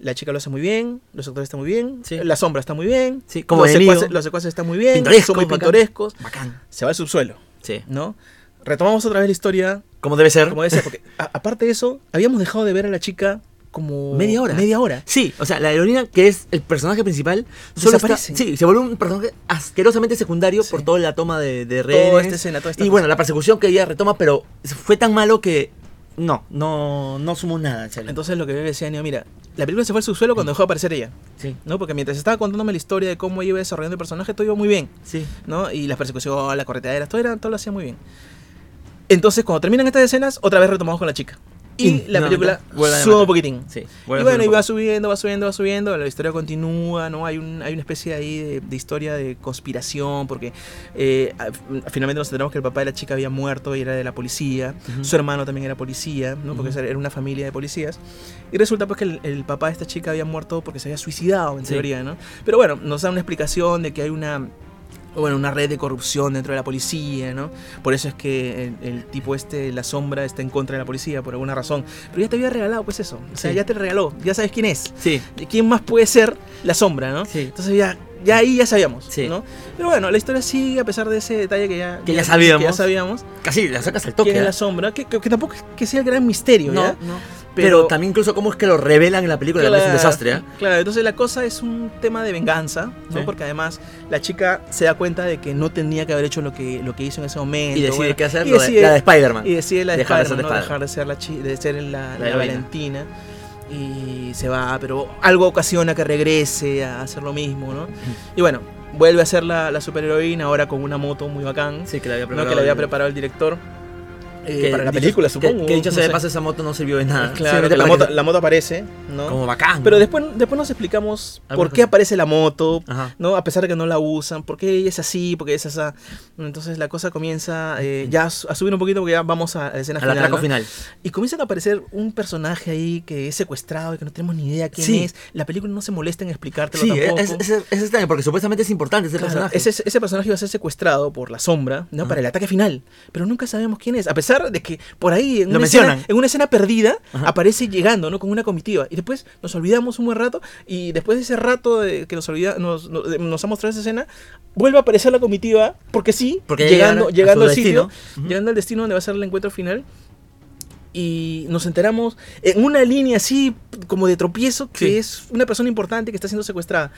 Speaker 2: la chica lo hace muy bien, los actores están muy bien,
Speaker 1: Sí.
Speaker 2: la sombra está muy bien,
Speaker 1: Sí, como
Speaker 2: los,
Speaker 1: de Neo.
Speaker 2: secuaces, los secuaces están muy bien, son
Speaker 1: Pintorescos,
Speaker 2: muy
Speaker 1: bacán.
Speaker 2: pintorescos,
Speaker 1: Bacán.
Speaker 2: se va al subsuelo,
Speaker 1: Sí.
Speaker 2: ¿no? Retomamos otra vez la historia
Speaker 1: Como debe ser.
Speaker 2: Como decía, porque a- aparte de eso, habíamos dejado de ver a la chica como.
Speaker 1: Media hora.
Speaker 2: Media hora.
Speaker 1: Sí, o sea, la heroína, que es el personaje principal, solo está-
Speaker 2: Desaparece.
Speaker 1: sí, se vuelve un personaje asquerosamente secundario
Speaker 2: Sí.
Speaker 1: por toda la toma de, de rehenes.
Speaker 2: Toda esta escena, toda esta
Speaker 1: Y bueno, la persecución que ella retoma, pero fue tan malo que no, no, no sumó nada.
Speaker 2: cosa.
Speaker 1: chale.
Speaker 2: Entonces lo que decía Neo, mira, la película se fue al subsuelo cuando dejó de aparecer ella,
Speaker 1: sí,
Speaker 2: ¿no? Porque mientras estaba contándome la historia de cómo iba desarrollando el personaje, todo iba muy bien,
Speaker 1: sí.
Speaker 2: ¿no? Y las persecuciones, la correteadera, todo, era, todo lo hacía muy bien. Entonces, cuando terminan estas escenas, otra vez retomamos con la chica. Y
Speaker 1: In-
Speaker 2: la
Speaker 1: no,
Speaker 2: película
Speaker 1: ya, vuelvan a
Speaker 2: sube un
Speaker 1: matar.
Speaker 2: poquitín.
Speaker 1: Sí,
Speaker 2: y
Speaker 1: vuelvan a
Speaker 2: bueno,
Speaker 1: hacer
Speaker 2: y
Speaker 1: un
Speaker 2: va subiendo, va subiendo, va subiendo, la historia continúa, ¿no? Hay, un, hay una especie de ahí de, de historia de conspiración, porque eh, a- finalmente nos enteramos que el papá de la chica había muerto y era de la policía,
Speaker 1: Ujú.
Speaker 2: su hermano también era policía, ¿no? Porque
Speaker 1: Ujú.
Speaker 2: era una familia de policías, y resulta pues que el, el papá de esta chica había muerto porque se había suicidado, en
Speaker 1: Sí.
Speaker 2: teoría, ¿no? Pero bueno, nos da una explicación de que hay una... Bueno, una red de corrupción dentro de la policía, ¿no? Por eso es que el, el tipo este, la sombra, está en contra de la policía, por alguna razón. Pero ya te había regalado, pues eso. O sea,
Speaker 1: Sí.
Speaker 2: ya te regaló, ya sabes quién es.
Speaker 1: Sí,
Speaker 2: ¿De quién más puede ser la sombra, no?
Speaker 1: sí.
Speaker 2: Entonces ya, ya ahí ya sabíamos,
Speaker 1: Sí.
Speaker 2: ¿no? Pero bueno, la historia sigue a pesar de ese detalle que ya,
Speaker 1: Que ya sabíamos.
Speaker 2: que ya sabíamos
Speaker 1: Casi la sacas al
Speaker 2: quién
Speaker 1: toque.
Speaker 2: es
Speaker 1: ¿eh?
Speaker 2: la sombra, que, que- que tampoco es que sea el gran misterio,
Speaker 1: No,
Speaker 2: ¿ya?
Speaker 1: no. Pero, también incluso cómo es que lo revelan en la película, también es un desastre, ¿eh?
Speaker 2: Claro, entonces la cosa es un tema de venganza, ¿no?
Speaker 1: Sí.
Speaker 2: Porque además la chica se da cuenta de que no tenía que haber hecho lo que, lo que hizo en ese momento.
Speaker 1: Y decide
Speaker 2: bueno,
Speaker 1: qué hacer,
Speaker 2: y
Speaker 1: lo de-
Speaker 2: decide-
Speaker 1: la de Spider-Man.
Speaker 2: Y decide la de
Speaker 1: Dejar de ser
Speaker 2: Spider-Man,
Speaker 1: de
Speaker 2: ¿no?
Speaker 1: Spider-Man.
Speaker 2: dejar de ser la, chi- de ser la,
Speaker 1: La
Speaker 2: la
Speaker 1: heroína.
Speaker 2: Valentina. Y se va, pero algo ocasiona que regrese a hacer lo mismo, ¿no? Y bueno, vuelve a ser la, la superheroína ahora con una moto muy bacán,
Speaker 1: Sí, que la había
Speaker 2: ¿no? Que le había preparado el director. eh,
Speaker 1: Que
Speaker 2: para la
Speaker 1: dicho-
Speaker 2: película,
Speaker 1: que-
Speaker 2: supongo.
Speaker 1: Que, dicho
Speaker 2: no
Speaker 1: sea de
Speaker 2: sé.
Speaker 1: paso, esa moto no sirvió de nada.
Speaker 2: Claro,
Speaker 1: Simplemente
Speaker 2: que la,
Speaker 1: para
Speaker 2: moto,
Speaker 1: que-
Speaker 2: la moto aparece, ¿no?
Speaker 1: Como bacán.
Speaker 2: Pero después, después nos explicamos
Speaker 1: Algunas
Speaker 2: por qué
Speaker 1: cosas.
Speaker 2: aparece la moto,
Speaker 1: Ajá.
Speaker 2: ¿no? A pesar de que no la usan, porque ella es así, porque es esa. Entonces la cosa comienza eh, ya a su- a subir un poquito porque ya vamos a la escena
Speaker 1: Al
Speaker 2: final.
Speaker 1: atraco
Speaker 2: ¿no?
Speaker 1: final.
Speaker 2: Y comienzan a aparecer un personaje ahí que es secuestrado y que no tenemos ni idea quién
Speaker 1: Sí.
Speaker 2: es. La película no se molesta en explicártelo
Speaker 1: Sí,
Speaker 2: tampoco.
Speaker 1: es, es, es extraño, porque supuestamente es importante ese
Speaker 2: Claro,
Speaker 1: personaje.
Speaker 2: Ese, ese personaje iba a ser secuestrado por la sombra, ¿no?
Speaker 1: Ajá.
Speaker 2: Para el ataque final. Pero nunca sabemos quién es. A pesar de que por ahí, en,
Speaker 1: Lo
Speaker 2: una, escena,
Speaker 1: mencionan.
Speaker 2: en una escena perdida,
Speaker 1: Ajá.
Speaker 2: aparece llegando, ¿no? Con una comitiva. Y después nos olvidamos un buen rato. Y después de ese rato de que nos, olvida, nos, nos- de- nos ha mostrado esa escena, vuelve a aparecer la comitiva. Porque sí,
Speaker 1: Porque llegaron
Speaker 2: llegando,
Speaker 1: a
Speaker 2: llegando
Speaker 1: su
Speaker 2: al sitio,
Speaker 1: destino. Ujú.
Speaker 2: llegando al destino donde va a ser el encuentro final. Y nos enteramos en una línea así, como de tropiezo, que
Speaker 1: Sí.
Speaker 2: es una persona importante que está siendo secuestrada.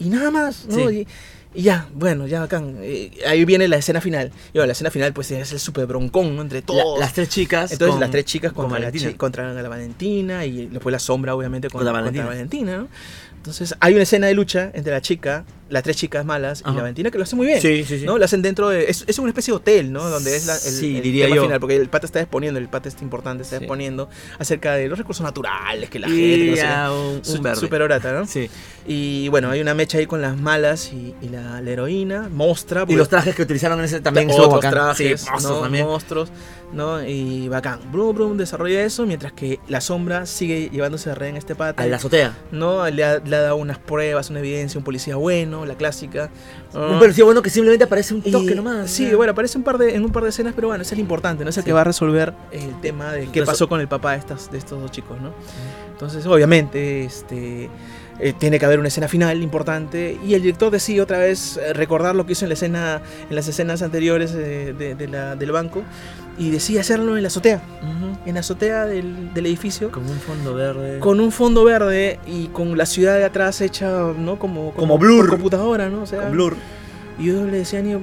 Speaker 2: Y nada más, ¿no?
Speaker 1: Sí.
Speaker 2: Y- y ya, bueno, ya bacán. Eh, ahí viene la escena final. Y bueno, la escena final pues es el super broncón ¿no? entre
Speaker 1: La-
Speaker 2: todos.
Speaker 1: las tres chicas.
Speaker 2: Entonces
Speaker 1: con-
Speaker 2: las tres chicas
Speaker 1: con
Speaker 2: contra, la,
Speaker 1: Valentina.
Speaker 2: chi- contra la Valentina y después la sombra obviamente con-
Speaker 1: Con la
Speaker 2: contra,
Speaker 1: Valentina.
Speaker 2: la Valentina, ¿no? Entonces hay una escena de lucha entre la chica, las tres chicas malas y
Speaker 1: Ajá.
Speaker 2: la Valentina que lo hace muy bien.
Speaker 1: Sí, sí, sí.
Speaker 2: ¿no? Lo hacen dentro de... Es, es una especie de hotel, ¿no? Donde es la, el,
Speaker 1: Sí,
Speaker 2: el
Speaker 1: diría
Speaker 2: tema
Speaker 1: yo.
Speaker 2: final, porque el pata está exponiendo, el pata está importante, está
Speaker 1: Sí.
Speaker 2: exponiendo acerca de los recursos naturales, que la gente... que no
Speaker 1: y
Speaker 2: sé qué.
Speaker 1: a un,
Speaker 2: Su- Ah,
Speaker 1: un verde.
Speaker 2: super orata, ¿no?
Speaker 1: Sí.
Speaker 2: Y bueno, hay una mecha ahí con las malas y, y la, la heroína, mostra.
Speaker 1: Y
Speaker 2: porque-
Speaker 1: los trajes que utilizaron en ese también estuvo
Speaker 2: pues. otros
Speaker 1: bacán.
Speaker 2: trajes,
Speaker 1: sí, monstruos
Speaker 2: ¿no?
Speaker 1: también.
Speaker 2: monstruos, ¿no? Y bacán. Brum, Brum desarrolla eso, mientras que la sombra sigue llevándose a Ren este pata.
Speaker 1: A la azotea.
Speaker 2: ¿no? Le ha, le ha dado unas pruebas, una evidencia, un policía bueno, la clásica. ¿no?
Speaker 1: Un policía bueno que simplemente aparece un
Speaker 2: Y-
Speaker 1: toque nomás.
Speaker 2: Sí,
Speaker 1: ¿no?
Speaker 2: bueno, aparece un par de, en un par de escenas, pero bueno, ese es el importante, ¿no? Es el
Speaker 1: Sí.
Speaker 2: que va a resolver el tema de qué
Speaker 1: Resol-
Speaker 2: pasó con el papá de, estas, de estos dos chicos, ¿no? Entonces, obviamente, este, eh, tiene que haber una escena final importante y el director decide otra vez eh, recordar lo que hizo en, la escena, en las escenas anteriores eh, de- de la- del banco y decide hacerlo en la azotea,
Speaker 1: Ujú.
Speaker 2: en la azotea del, del edificio.
Speaker 1: Con un fondo verde.
Speaker 2: Con un fondo verde y con la ciudad de atrás hecha, ¿no? Como,
Speaker 1: Como blur.
Speaker 2: por computadora, ¿no? O sea,
Speaker 1: Con blur.
Speaker 2: y yo le decía a Neo,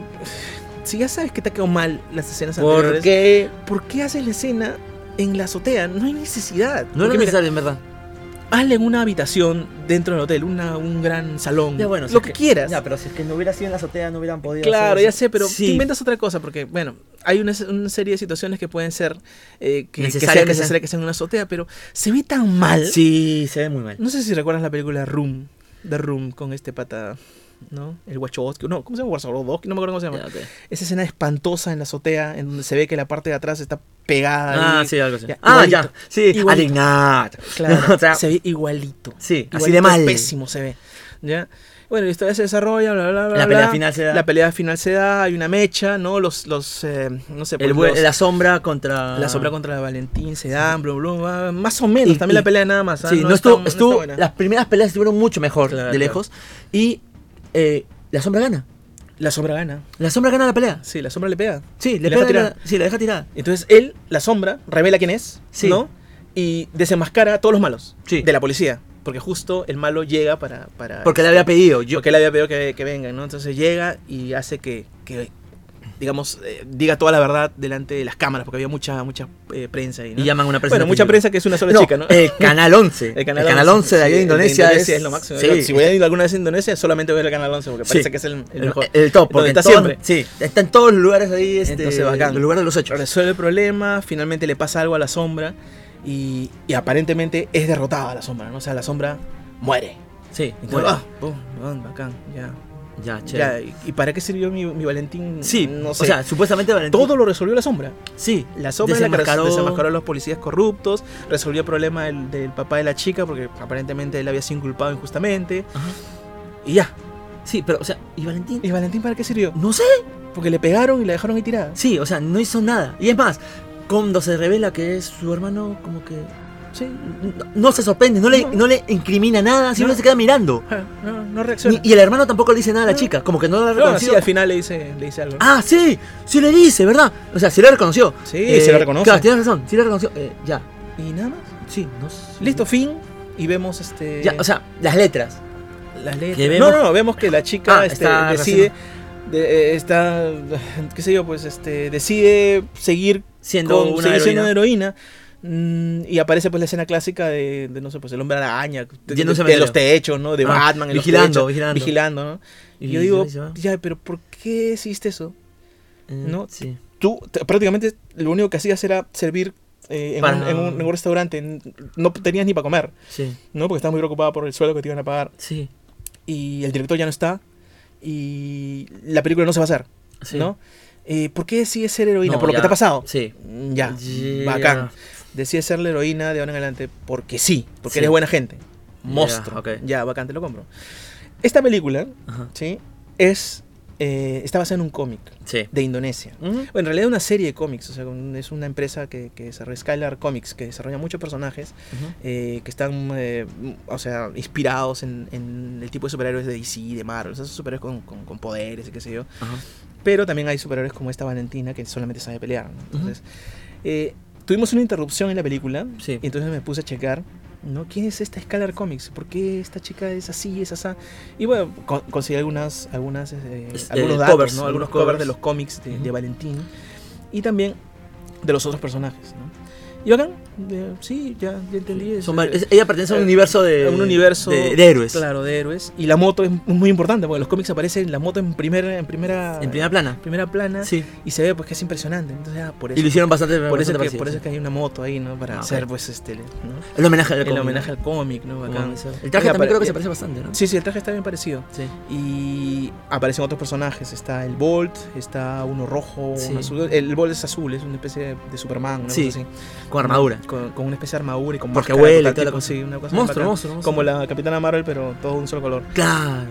Speaker 2: si ya sabes que te ha quedado mal las escenas
Speaker 1: ¿Por
Speaker 2: anteriores,
Speaker 1: qué?
Speaker 2: ¿por qué haces la escena en la azotea? No hay necesidad.
Speaker 1: No era
Speaker 2: Porque mira,
Speaker 1: necesario, en verdad.
Speaker 2: hazla en una habitación dentro del hotel, una, un gran salón,
Speaker 1: Ya, bueno, si
Speaker 2: lo
Speaker 1: es
Speaker 2: que,
Speaker 1: que-
Speaker 2: quieras.
Speaker 3: Ya, pero si es que no hubiera sido en la azotea, no hubieran podido.
Speaker 2: Claro,
Speaker 3: hacer
Speaker 2: ya
Speaker 3: eso.
Speaker 2: sé, pero
Speaker 1: Sí.
Speaker 2: te inventas otra cosa, porque, bueno, hay una, una serie de situaciones que pueden ser eh, que, que
Speaker 1: Necesarias
Speaker 2: sean
Speaker 1: que sean.
Speaker 2: necesarias que sean en una azotea, pero se ve tan mal.
Speaker 3: Sí, se ve muy mal.
Speaker 2: No sé si recuerdas la película Room, The Room, con este pata, ¿no? El Wachowski, no, ¿cómo se llama? Wachowski, no me acuerdo cómo se llama.
Speaker 1: Ya, ok.
Speaker 2: esa escena espantosa en la azotea, en donde se ve que la parte de atrás está pegada.
Speaker 1: Ah,
Speaker 2: ahí.
Speaker 1: sí, algo así.
Speaker 2: Ya,
Speaker 1: ah,
Speaker 2: igualito.
Speaker 1: ya. Sí,
Speaker 2: Igualito.
Speaker 1: Alignat.
Speaker 2: Claro,
Speaker 1: (laughs) O sea,
Speaker 2: se ve igualito.
Speaker 1: Sí, así
Speaker 2: Igualito,
Speaker 1: de mal.
Speaker 2: Pésimo se ve. ¿ya? Bueno, la historia se desarrolla, bla, bla, bla.
Speaker 1: La
Speaker 2: bla,
Speaker 1: pelea
Speaker 2: bla.
Speaker 1: final se da.
Speaker 2: La pelea final se da, hay una mecha, ¿no? Los, los, eh, no sé, pues,
Speaker 1: El bue-
Speaker 2: los-
Speaker 1: la sombra contra.
Speaker 2: la sombra contra la Valentín se dan, bla, bla, bla, Más o menos,
Speaker 1: Y-
Speaker 2: también
Speaker 1: y-
Speaker 2: la pelea nada más. ¿ah?
Speaker 1: Sí, no,
Speaker 2: está-
Speaker 1: estuvo.
Speaker 2: está
Speaker 1: estuvo-
Speaker 2: buena.
Speaker 1: las primeras peleas estuvieron mucho mejor
Speaker 2: Claro,
Speaker 1: de
Speaker 2: claro.
Speaker 1: lejos. Y eh, la sombra gana.
Speaker 2: la sombra gana.
Speaker 1: La sombra gana la pelea.
Speaker 2: Sí, la sombra le pega.
Speaker 1: Sí, le,
Speaker 2: Le deja
Speaker 1: pega
Speaker 2: tirada.
Speaker 1: la- sí, la deja tirada.
Speaker 2: Entonces él, la sombra, revela quién es,
Speaker 1: Sí.
Speaker 2: ¿no? Y desenmascara a todos los malos
Speaker 1: Sí.
Speaker 2: de la policía. Porque justo el malo llega para. para
Speaker 1: Porque le había pedido. Yo,
Speaker 2: porque él había pedido que, que vengan, ¿no? Entonces llega y hace que, que, digamos, eh, diga toda la verdad delante de las cámaras, porque había mucha, mucha eh, prensa ahí, ¿no?
Speaker 1: Y llaman a una prensa.
Speaker 2: bueno, mucha
Speaker 1: específica.
Speaker 2: prensa que es una sola
Speaker 1: No,
Speaker 2: chica, ¿no?
Speaker 1: El canal 11. el canal, 11 de
Speaker 2: sí,
Speaker 1: ahí
Speaker 2: el
Speaker 1: de Indonesia, es,
Speaker 2: lo máximo.
Speaker 1: Sí,
Speaker 2: Si voy a ir alguna vez a Indonesia, solamente voy al canal 11, porque
Speaker 1: Sí.
Speaker 2: parece que es el, el
Speaker 1: el,
Speaker 2: mejor.
Speaker 1: el top, porque
Speaker 2: Donde está
Speaker 1: en todos-
Speaker 2: siempre.
Speaker 1: Sí, está en todos los lugares ahí, este,
Speaker 2: Entonces, bacán.
Speaker 1: los lugares de los hechos.
Speaker 2: Resuelve el problema, finalmente le pasa algo a la sombra. Y, y aparentemente es derrotada la sombra, ¿no? O sea, la sombra muere.
Speaker 1: Sí,
Speaker 2: Entonces,
Speaker 1: bueno,
Speaker 2: ah, pum, ah, bacán, ya.
Speaker 1: ya, che.
Speaker 2: Ya, ¿y, y para qué sirvió mi, mi Valentín?
Speaker 1: sí,
Speaker 2: no
Speaker 1: o
Speaker 2: sé.
Speaker 1: sea, supuestamente Valentín.
Speaker 2: todo lo resolvió la sombra.
Speaker 1: Sí,
Speaker 2: La sombra es la que res-
Speaker 1: Desenmascaró-
Speaker 2: desenmascaró a los policías corruptos, resolvió el problema del, del papá de la chica, porque aparentemente él había sido inculpado injustamente.
Speaker 1: Ajá.
Speaker 2: Y ya.
Speaker 1: sí, pero, o sea, ¿y Valentín?
Speaker 2: ¿Y Valentín para qué sirvió?
Speaker 1: No sé.
Speaker 2: Porque le pegaron y la dejaron ahí tirada.
Speaker 1: Sí, o sea, no hizo nada. Y es más, cuando se revela que es su hermano, como que.
Speaker 2: Sí.
Speaker 1: No, no se sorprende, no le,
Speaker 2: No.
Speaker 1: no. le incrimina nada, sino
Speaker 2: No.
Speaker 1: se queda mirando.
Speaker 2: Ah, No, no
Speaker 1: Ni-
Speaker 2: reacciona.
Speaker 1: y el hermano tampoco le dice nada a la
Speaker 2: No.
Speaker 1: chica, como que no la ha
Speaker 2: Claro, sí,
Speaker 1: reconocido.
Speaker 2: al final le dice, le dice algo.
Speaker 1: ah, sí, sí le dice, ¿verdad? O sea, sí la reconoció. Eh,
Speaker 2: Sí, sí la reconoce.
Speaker 1: Claro, tienes razón, sí la reconoció. Eh, ya,
Speaker 2: Y nada más.
Speaker 1: sí, no sé.
Speaker 2: Listo, fin. Y vemos este.
Speaker 1: Ya, o sea, las letras.
Speaker 2: las letras.
Speaker 1: que
Speaker 2: No,
Speaker 1: vemos-
Speaker 2: no, no, vemos que la chica
Speaker 1: Ah,
Speaker 2: este,
Speaker 1: está
Speaker 2: decide. de- eh, está. qué sé yo, pues este. Decide seguir
Speaker 1: Siendo
Speaker 2: con-
Speaker 1: una
Speaker 2: seguir siendo
Speaker 1: heroína.
Speaker 2: una heroína. Mm, y aparece pues la escena clásica de, de, no sé, pues el hombre araña,
Speaker 1: Yendo a
Speaker 2: de,
Speaker 1: un
Speaker 2: de- de
Speaker 1: cementerio.
Speaker 2: los techos, ¿no? De
Speaker 1: Ah,
Speaker 2: Batman, en los
Speaker 1: vigilando,
Speaker 2: techos,
Speaker 1: vigilando.
Speaker 2: vigilando, ¿no? Y,
Speaker 1: Y "Ah".
Speaker 2: yo digo,
Speaker 1: ahí se va.
Speaker 2: ya, pero ¿por qué hiciste eso?
Speaker 1: Eh,
Speaker 2: no.
Speaker 1: Sí.
Speaker 2: tú te- prácticamente lo único que hacías era servir eh, en,
Speaker 1: Para-
Speaker 2: un, en un- en un restaurante. N- No tenías ni para comer,
Speaker 1: Sí,
Speaker 2: ¿no? Porque estabas muy preocupada por el sueldo que te iban a pagar.
Speaker 1: sí,
Speaker 2: Y el director ya no está. Y la película no se va a hacer,
Speaker 1: sí.
Speaker 2: ¿no? Eh, ¿Por qué decides ser heroína?
Speaker 1: No,
Speaker 2: por lo que
Speaker 1: ya.
Speaker 2: te ha pasado.
Speaker 1: Sí.
Speaker 2: Mm, Ya,
Speaker 1: Ya.
Speaker 2: bacán. Decides ser la heroína de ahora en adelante porque sí, porque
Speaker 1: Sí.
Speaker 2: eres buena gente. Monstruo.
Speaker 1: ok.
Speaker 2: Ya, bacán, te lo compro. Esta película,
Speaker 1: Ajá.
Speaker 2: ¿sí? Es, eh, está basada en un cómic
Speaker 1: Sí.
Speaker 2: de Indonesia. Bueno, en realidad es una serie de cómics, o sea, un- es una empresa que, que desarrolla Skylar Comics, que desarrolla muchos personajes eh, que están, eh, m- o sea, inspirados en, en el tipo de superhéroes de DC, de Marvel, esos superhéroes con, con- con poderes y qué sé yo.
Speaker 1: Ajá.
Speaker 2: Pero también hay superhéroes como esta Valentina que solamente sabe pelear. ¿no? Entonces, eh, tuvimos una interrupción en la película
Speaker 1: Sí.
Speaker 2: y entonces me puse a checar. ¿no? ¿Quién es esta Skylar Comics? ¿Por qué esta chica es así, es así? Y bueno, con- conseguí algunas, algunas, eh,
Speaker 1: Es-
Speaker 2: algunos
Speaker 1: eh,
Speaker 2: datos,
Speaker 1: covers,
Speaker 2: ¿no?
Speaker 1: algunos
Speaker 2: algunos covers
Speaker 1: covers.
Speaker 2: de los cómics de, de
Speaker 1: Ujú.
Speaker 2: Valentín y también de los otros personajes. ¿no? Y bacán, eh, sí, ya, ya entendí. es,
Speaker 1: Son
Speaker 2: eh,
Speaker 1: vari- es- ella pertenece a un
Speaker 2: eh,
Speaker 1: universo de.
Speaker 2: a un universo
Speaker 1: de, de héroes.
Speaker 2: Claro, de héroes. Y la moto es muy importante, porque en los cómics aparece la moto en primera, en primera,
Speaker 1: En primera plana.
Speaker 2: primera plana
Speaker 1: Sí.
Speaker 2: y se ve pues que es impresionante. Entonces, ah, por
Speaker 1: Y
Speaker 2: eso,
Speaker 1: lo hicieron bastante.
Speaker 2: por
Speaker 1: bastante
Speaker 2: eso, que,
Speaker 1: parecido,
Speaker 2: por eso
Speaker 1: sí.
Speaker 2: es que hay una moto ahí, ¿no? Para
Speaker 1: Ah, ok.
Speaker 2: hacer pues este, ¿no?
Speaker 1: El homenaje al
Speaker 2: el
Speaker 1: cómic, ¿no?
Speaker 2: homenaje al cómic, ¿no?
Speaker 1: Como
Speaker 2: Bacán.
Speaker 1: dice. El traje
Speaker 2: Y
Speaker 1: también
Speaker 2: apare-
Speaker 1: creo que se
Speaker 2: y-
Speaker 1: parece bastante, ¿no?
Speaker 2: Sí, sí, el traje está bien parecido.
Speaker 1: Sí.
Speaker 2: Y aparecen otros personajes. Está el Bolt, está uno rojo,
Speaker 1: Sí.
Speaker 2: uno azul. El Bolt es azul, es una especie de, de Superman, una
Speaker 1: Sí,
Speaker 2: cosa así.
Speaker 1: Con armadura.
Speaker 2: Con, con una especie de armadura y con
Speaker 1: Porque
Speaker 2: máscara,
Speaker 1: huele y
Speaker 2: con
Speaker 1: toda la
Speaker 2: tipo,
Speaker 1: cosa.
Speaker 2: sí, una cosa
Speaker 1: Monstruo,
Speaker 2: bacán.
Speaker 1: monstruo, monstruo.
Speaker 2: Como la Capitana Marvel, pero todo de un solo color.
Speaker 1: Claro.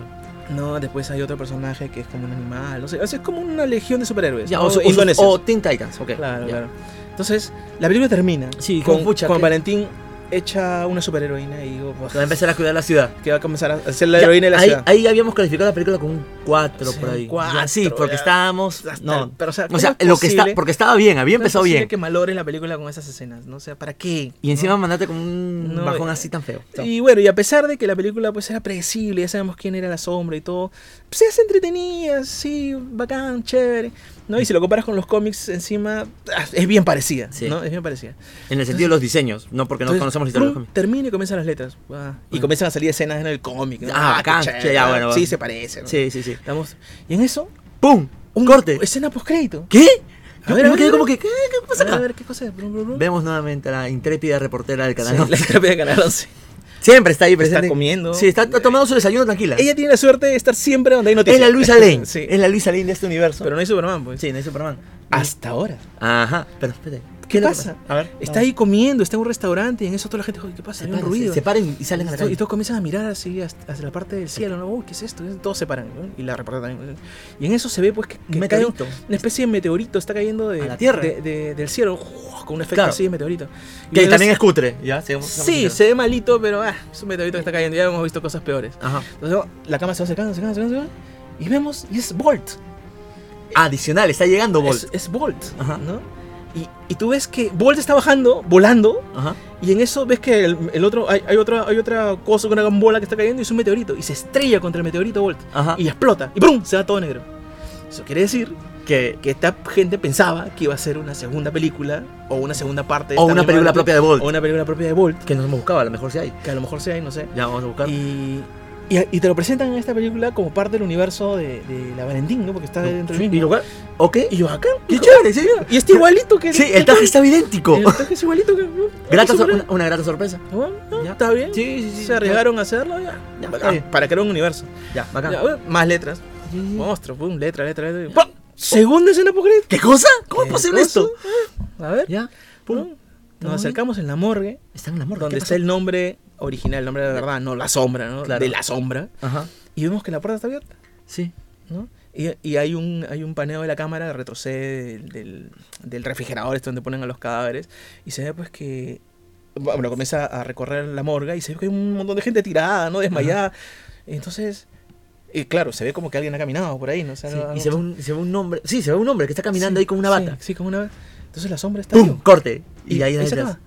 Speaker 2: No, después hay otro personaje que es como un animal. No sé, o sea, es como una legión de superhéroes.
Speaker 1: Ya,
Speaker 2: ¿no?
Speaker 1: o, su- o, su-
Speaker 2: Indonesios.
Speaker 1: o Teen Titans, ok.
Speaker 2: Claro,
Speaker 1: ya.
Speaker 2: claro. Entonces, la película termina
Speaker 1: Sí,
Speaker 2: con,
Speaker 1: con pucha,
Speaker 2: con
Speaker 1: ¿qué?
Speaker 2: Valentín hecha una superheroína y digo, pues,
Speaker 1: Va a empezar a cuidar la ciudad.
Speaker 2: que va a comenzar a ser la
Speaker 1: Ya,
Speaker 2: heroína de la
Speaker 1: ahí,
Speaker 2: ciudad.
Speaker 1: ahí habíamos calificado la película con un 4
Speaker 2: Sí,
Speaker 1: por ahí.
Speaker 2: un cuatro,
Speaker 1: Ya, sí, porque
Speaker 2: ya.
Speaker 1: estábamos.
Speaker 2: Hasta-
Speaker 1: No.
Speaker 2: pero, o sea,
Speaker 1: O
Speaker 2: ¿cómo
Speaker 1: sea,
Speaker 2: es
Speaker 1: lo que está,
Speaker 2: posible-
Speaker 1: porque estaba bien, había
Speaker 2: ¿cómo es
Speaker 1: empezado
Speaker 2: posible
Speaker 1: bien.
Speaker 2: que malogren la película con esas escenas, ¿no? O sea, ¿para qué?
Speaker 1: Y encima
Speaker 2: ¿No?
Speaker 1: mandate con un
Speaker 2: No,
Speaker 1: bajón
Speaker 2: eh,
Speaker 1: así tan feo.
Speaker 2: Y bueno, y a pesar de que la película pues era predecible, ya sabemos quién era la sombra y todo, pues ya se entretenía, sí, bacán, chévere, ¿no? Y si lo comparas con los cómics encima, ah, es bien parecida,
Speaker 1: Sí.
Speaker 2: ¿no? Es bien parecida.
Speaker 1: En el sentido de los diseños, no porque no
Speaker 2: Entonces,
Speaker 1: conocemos la historia de
Speaker 2: pum,
Speaker 1: los cómics.
Speaker 2: Termina y comienzan las letras. Ah, y
Speaker 1: Bueno.
Speaker 2: comienzan a salir escenas en el cómic. ¿no?
Speaker 1: Ah,
Speaker 2: qué
Speaker 1: bacán,
Speaker 2: chévere,
Speaker 1: che, ya, bueno,
Speaker 2: Sí,
Speaker 1: bueno.
Speaker 2: se parece. ¿no?
Speaker 1: Sí, sí, sí.
Speaker 2: Estamos- Y en eso,
Speaker 1: ¡Pum! ¡Un corte!
Speaker 2: escena postcrédito.
Speaker 1: ¿Qué?
Speaker 2: A
Speaker 1: Yo
Speaker 2: ver, a
Speaker 1: me
Speaker 2: ver,
Speaker 1: quedé
Speaker 2: a
Speaker 1: como
Speaker 2: ver.
Speaker 1: que, ¿qué? ¿Qué pasa
Speaker 2: A
Speaker 1: acá?
Speaker 2: ver qué cosa es. Brum, brum, brum.
Speaker 1: Vemos nuevamente a la intrépida reportera del
Speaker 2: Sí,
Speaker 1: canal.
Speaker 2: la terapia de Canal 11.
Speaker 1: (laughs) Siempre está ahí presente.
Speaker 2: comiendo. Eh,
Speaker 1: Sí, está, está tomando su desayuno tranquila.
Speaker 2: Ella tiene la suerte de estar siempre donde hay noticias.
Speaker 1: es la
Speaker 2: (laughs)
Speaker 1: Luisa Lane.
Speaker 2: sí.
Speaker 1: Es la Luisa Lane de este universo.
Speaker 2: Pero no hay Superman, pues.
Speaker 1: Sí, no es Superman.
Speaker 2: Hasta ahora.
Speaker 1: Ajá, pero espérate.
Speaker 2: ¿Qué,
Speaker 1: es lo que
Speaker 2: pasa?
Speaker 1: A ver.
Speaker 2: Está ahí comiendo, está en un restaurante y en eso toda la gente, "Oye, ¿qué pasa?
Speaker 1: Se
Speaker 2: Hay un
Speaker 1: paran,
Speaker 2: ruido.
Speaker 1: se, se paran y salen a la
Speaker 2: Y
Speaker 1: calle.
Speaker 2: todos comienzan a mirar así hasta, hacia la parte del cielo, ¿no? Uy, ¿qué es esto? Todos se paran, ¿no? Y la reportera también. Y en eso se ve, pues, que,
Speaker 1: Un
Speaker 2: que cae un-
Speaker 1: meteorito.
Speaker 2: una especie de meteorito está cayendo de
Speaker 1: A la Tierra.
Speaker 2: de- de- del cielo, ¡Uf! con un efecto
Speaker 1: Claro.
Speaker 2: así de meteorito. Y
Speaker 1: Que
Speaker 2: vemos-
Speaker 1: también es cutre. Ya, sigamos-
Speaker 2: Sí,
Speaker 1: sigamos.
Speaker 2: se ve malito, pero ah, es un meteorito que está cayendo. Ya hemos visto cosas peores.
Speaker 1: Ajá.
Speaker 2: Entonces la cámara se va acercando, se va acercando, se va acercando, y vemos, y es Bolt.
Speaker 1: Adicional, está llegando Bolt.
Speaker 2: Es, es Bolt,
Speaker 1: Ajá.
Speaker 2: ¿no? Y, y tú ves que Bolt está bajando, volando,
Speaker 1: Ajá.
Speaker 2: y en eso ves que el, el otro, hay, hay otra, hay otra cosa, una bola que está cayendo y es un meteorito. Y se estrella contra el meteorito Bolt.
Speaker 1: Ajá.
Speaker 2: Y explota. Y ¡brum! Se va todo negro. Eso quiere decir
Speaker 1: que
Speaker 2: que esta gente pensaba que iba a ser una segunda película o una segunda parte. de
Speaker 1: o
Speaker 2: esta
Speaker 1: una
Speaker 2: misma
Speaker 1: película
Speaker 2: película,
Speaker 1: propia de Bolt.
Speaker 2: O una película propia de Bolt.
Speaker 1: Que no hemos buscado, a lo mejor sí hay.
Speaker 2: Que a lo mejor sea, y no sé.
Speaker 1: Ya vamos a buscar.
Speaker 2: Y, Y, y te lo presentan en esta película como parte del universo de, de la Valentín, ¿no? Porque está dentro del
Speaker 1: Y
Speaker 2: mismo.
Speaker 1: lo cual- ok.
Speaker 2: Y yo acá.
Speaker 1: Qué chévere, sí.
Speaker 2: Y está igualito que.
Speaker 1: Sí, el traje estaba idéntico.
Speaker 2: El traje es igualito que.
Speaker 1: (laughs) Grata
Speaker 2: que
Speaker 1: sor-
Speaker 2: su-
Speaker 1: una, una grata sorpresa.
Speaker 2: Bueno, no,
Speaker 1: Ya.
Speaker 2: Está bien.
Speaker 1: Sí, sí, sí.
Speaker 2: Se arriesgaron a hacerlo ya.
Speaker 1: Ya,
Speaker 2: Está bien, Para crear un universo.
Speaker 1: Ya, bacán.
Speaker 2: Ya, bueno, más letras.
Speaker 1: Sí, sí, sí.
Speaker 2: Monstruo, pum, letra, letra, letra. ¡Pum! Segunda escena post-credit.
Speaker 1: ¿Qué cosa? ¿Cómo es
Speaker 2: Eh,
Speaker 1: posible
Speaker 2: cosa,
Speaker 1: esto?
Speaker 2: A ver.
Speaker 1: Ya. Pum.
Speaker 2: pum. Nos acercamos en la morgue,
Speaker 1: Están en la morgue.
Speaker 2: donde
Speaker 1: ¿qué
Speaker 2: está
Speaker 1: pasó?
Speaker 2: el nombre original, el nombre de verdad, no la sombra, ¿no?
Speaker 1: Claro.
Speaker 2: De la sombra.
Speaker 1: Ajá.
Speaker 2: Y vemos que la puerta está abierta,
Speaker 1: Sí.
Speaker 2: ¿no? Y, y hay, un, hay un paneo de la cámara que retrocede del, del, del refrigerador, este donde ponen a los cadáveres, y se ve pues que... Bueno, comienza a recorrer la morgue y se ve que hay un montón de gente tirada, ¿no? Desmayada. Entonces, eh, claro, se ve como que alguien ha caminado por ahí, ¿no? O sea,
Speaker 1: sí.
Speaker 2: no-
Speaker 1: Y se ve, un, se ve un hombre. Sí, se ve un hombre que está caminando
Speaker 2: Sí,
Speaker 1: ahí con una
Speaker 2: sí,
Speaker 1: bata.
Speaker 2: Sí, con una bata. Entonces la sombra está
Speaker 1: ¡Pum!
Speaker 2: viva.
Speaker 1: Corte. Y, ahí
Speaker 2: se
Speaker 1: detrás.
Speaker 2: acaba.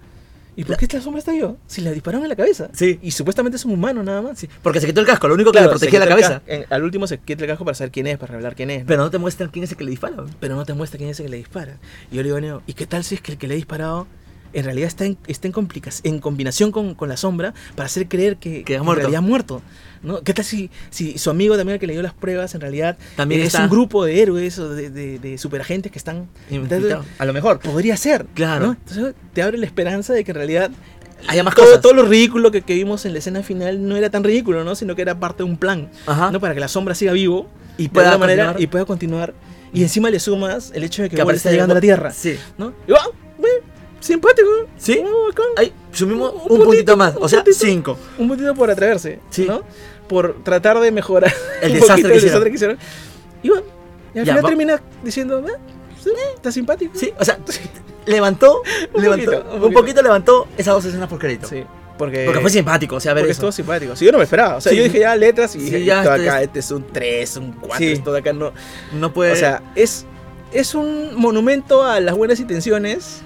Speaker 2: ¿Y por qué esta sombra está viva? Si la dispararon en la cabeza.
Speaker 1: Sí.
Speaker 2: Y supuestamente es un humano nada más.
Speaker 1: Sí, porque se quitó el casco, lo único que le
Speaker 2: Claro,
Speaker 1: protegía
Speaker 2: se
Speaker 1: la
Speaker 2: quita el
Speaker 1: cabeza.
Speaker 2: ca- en- al último se quita el casco para saber quién es, para revelar quién es. ¿no?
Speaker 1: Pero no te muestran quién es el que le dispara. ¿no?
Speaker 2: Pero no te muestra quién es el que le dispara. Y yo le digo, Neo, ¿y qué tal si es que el que le ha disparado en realidad está en, está en, complicas- en combinación con, con la sombra para hacer creer que,
Speaker 1: Que ha
Speaker 2: en
Speaker 1: muerto.
Speaker 2: realidad ha muerto? ¿no? ¿Qué tal si, si su amigo también el que le dio las pruebas en realidad
Speaker 1: También
Speaker 2: eh, es
Speaker 1: está-
Speaker 2: un grupo de héroes o de, de- de superagentes que están...
Speaker 1: Infiltrado. A lo mejor.
Speaker 2: podría ser.
Speaker 1: Claro.
Speaker 2: ¿no? Entonces te abre la esperanza de que en realidad
Speaker 1: Haya más
Speaker 2: todo,
Speaker 1: cosas.
Speaker 2: todo lo ridículo que, que vimos en la escena final no era tan ridículo, ¿no? Sino que era parte de un plan,
Speaker 1: Ajá.
Speaker 2: ¿no? Para que la sombra siga vivo
Speaker 1: Ah. y
Speaker 2: de alguna
Speaker 1: pueda
Speaker 2: manera
Speaker 1: continuar.
Speaker 2: y pueda continuar. Y encima le sumas el hecho de que, este
Speaker 1: Que
Speaker 2: Wall
Speaker 1: aparece
Speaker 2: está llegando a la Tierra,
Speaker 1: Sí.
Speaker 2: ¿no? Y va, ve, simpático.
Speaker 1: Sí.
Speaker 2: va, bacán.
Speaker 1: Ahí sumimos
Speaker 2: Un
Speaker 1: un,
Speaker 2: puntito,
Speaker 1: puntito, más.
Speaker 2: un
Speaker 1: O sea,
Speaker 2: puntito.
Speaker 1: cinco.
Speaker 2: Un motivo por atreverse,
Speaker 1: Sí.
Speaker 2: ¿no? Por tratar de mejorar
Speaker 1: El
Speaker 2: un
Speaker 1: desastre
Speaker 2: poquito
Speaker 1: que
Speaker 2: el
Speaker 1: hicieron.
Speaker 2: desastre que hicieron. Y bueno, y al
Speaker 1: Ya,
Speaker 2: final
Speaker 1: va-
Speaker 2: termina diciendo, "Ah, sí, está simpático.
Speaker 1: Sí, o sea, levantó,
Speaker 2: Un
Speaker 1: levantó,
Speaker 2: poquito, un
Speaker 1: un,
Speaker 2: poquito.
Speaker 1: poquito. levantó esas dos escenas por crédito.
Speaker 2: Sí, porque,
Speaker 1: Porque fue simpático, o sea, a ver
Speaker 2: Porque
Speaker 1: eso.
Speaker 2: estuvo simpático. Sí, yo no me esperaba. O sea,
Speaker 1: Sí.
Speaker 2: yo dije ya letras y
Speaker 1: Sí,
Speaker 2: dije,
Speaker 1: ya
Speaker 2: esto
Speaker 1: estoy-
Speaker 2: acá, este es un 3, un 4,
Speaker 1: Sí.
Speaker 2: esto de acá no.
Speaker 1: No puede.
Speaker 2: O sea, es, es un monumento a las buenas intenciones,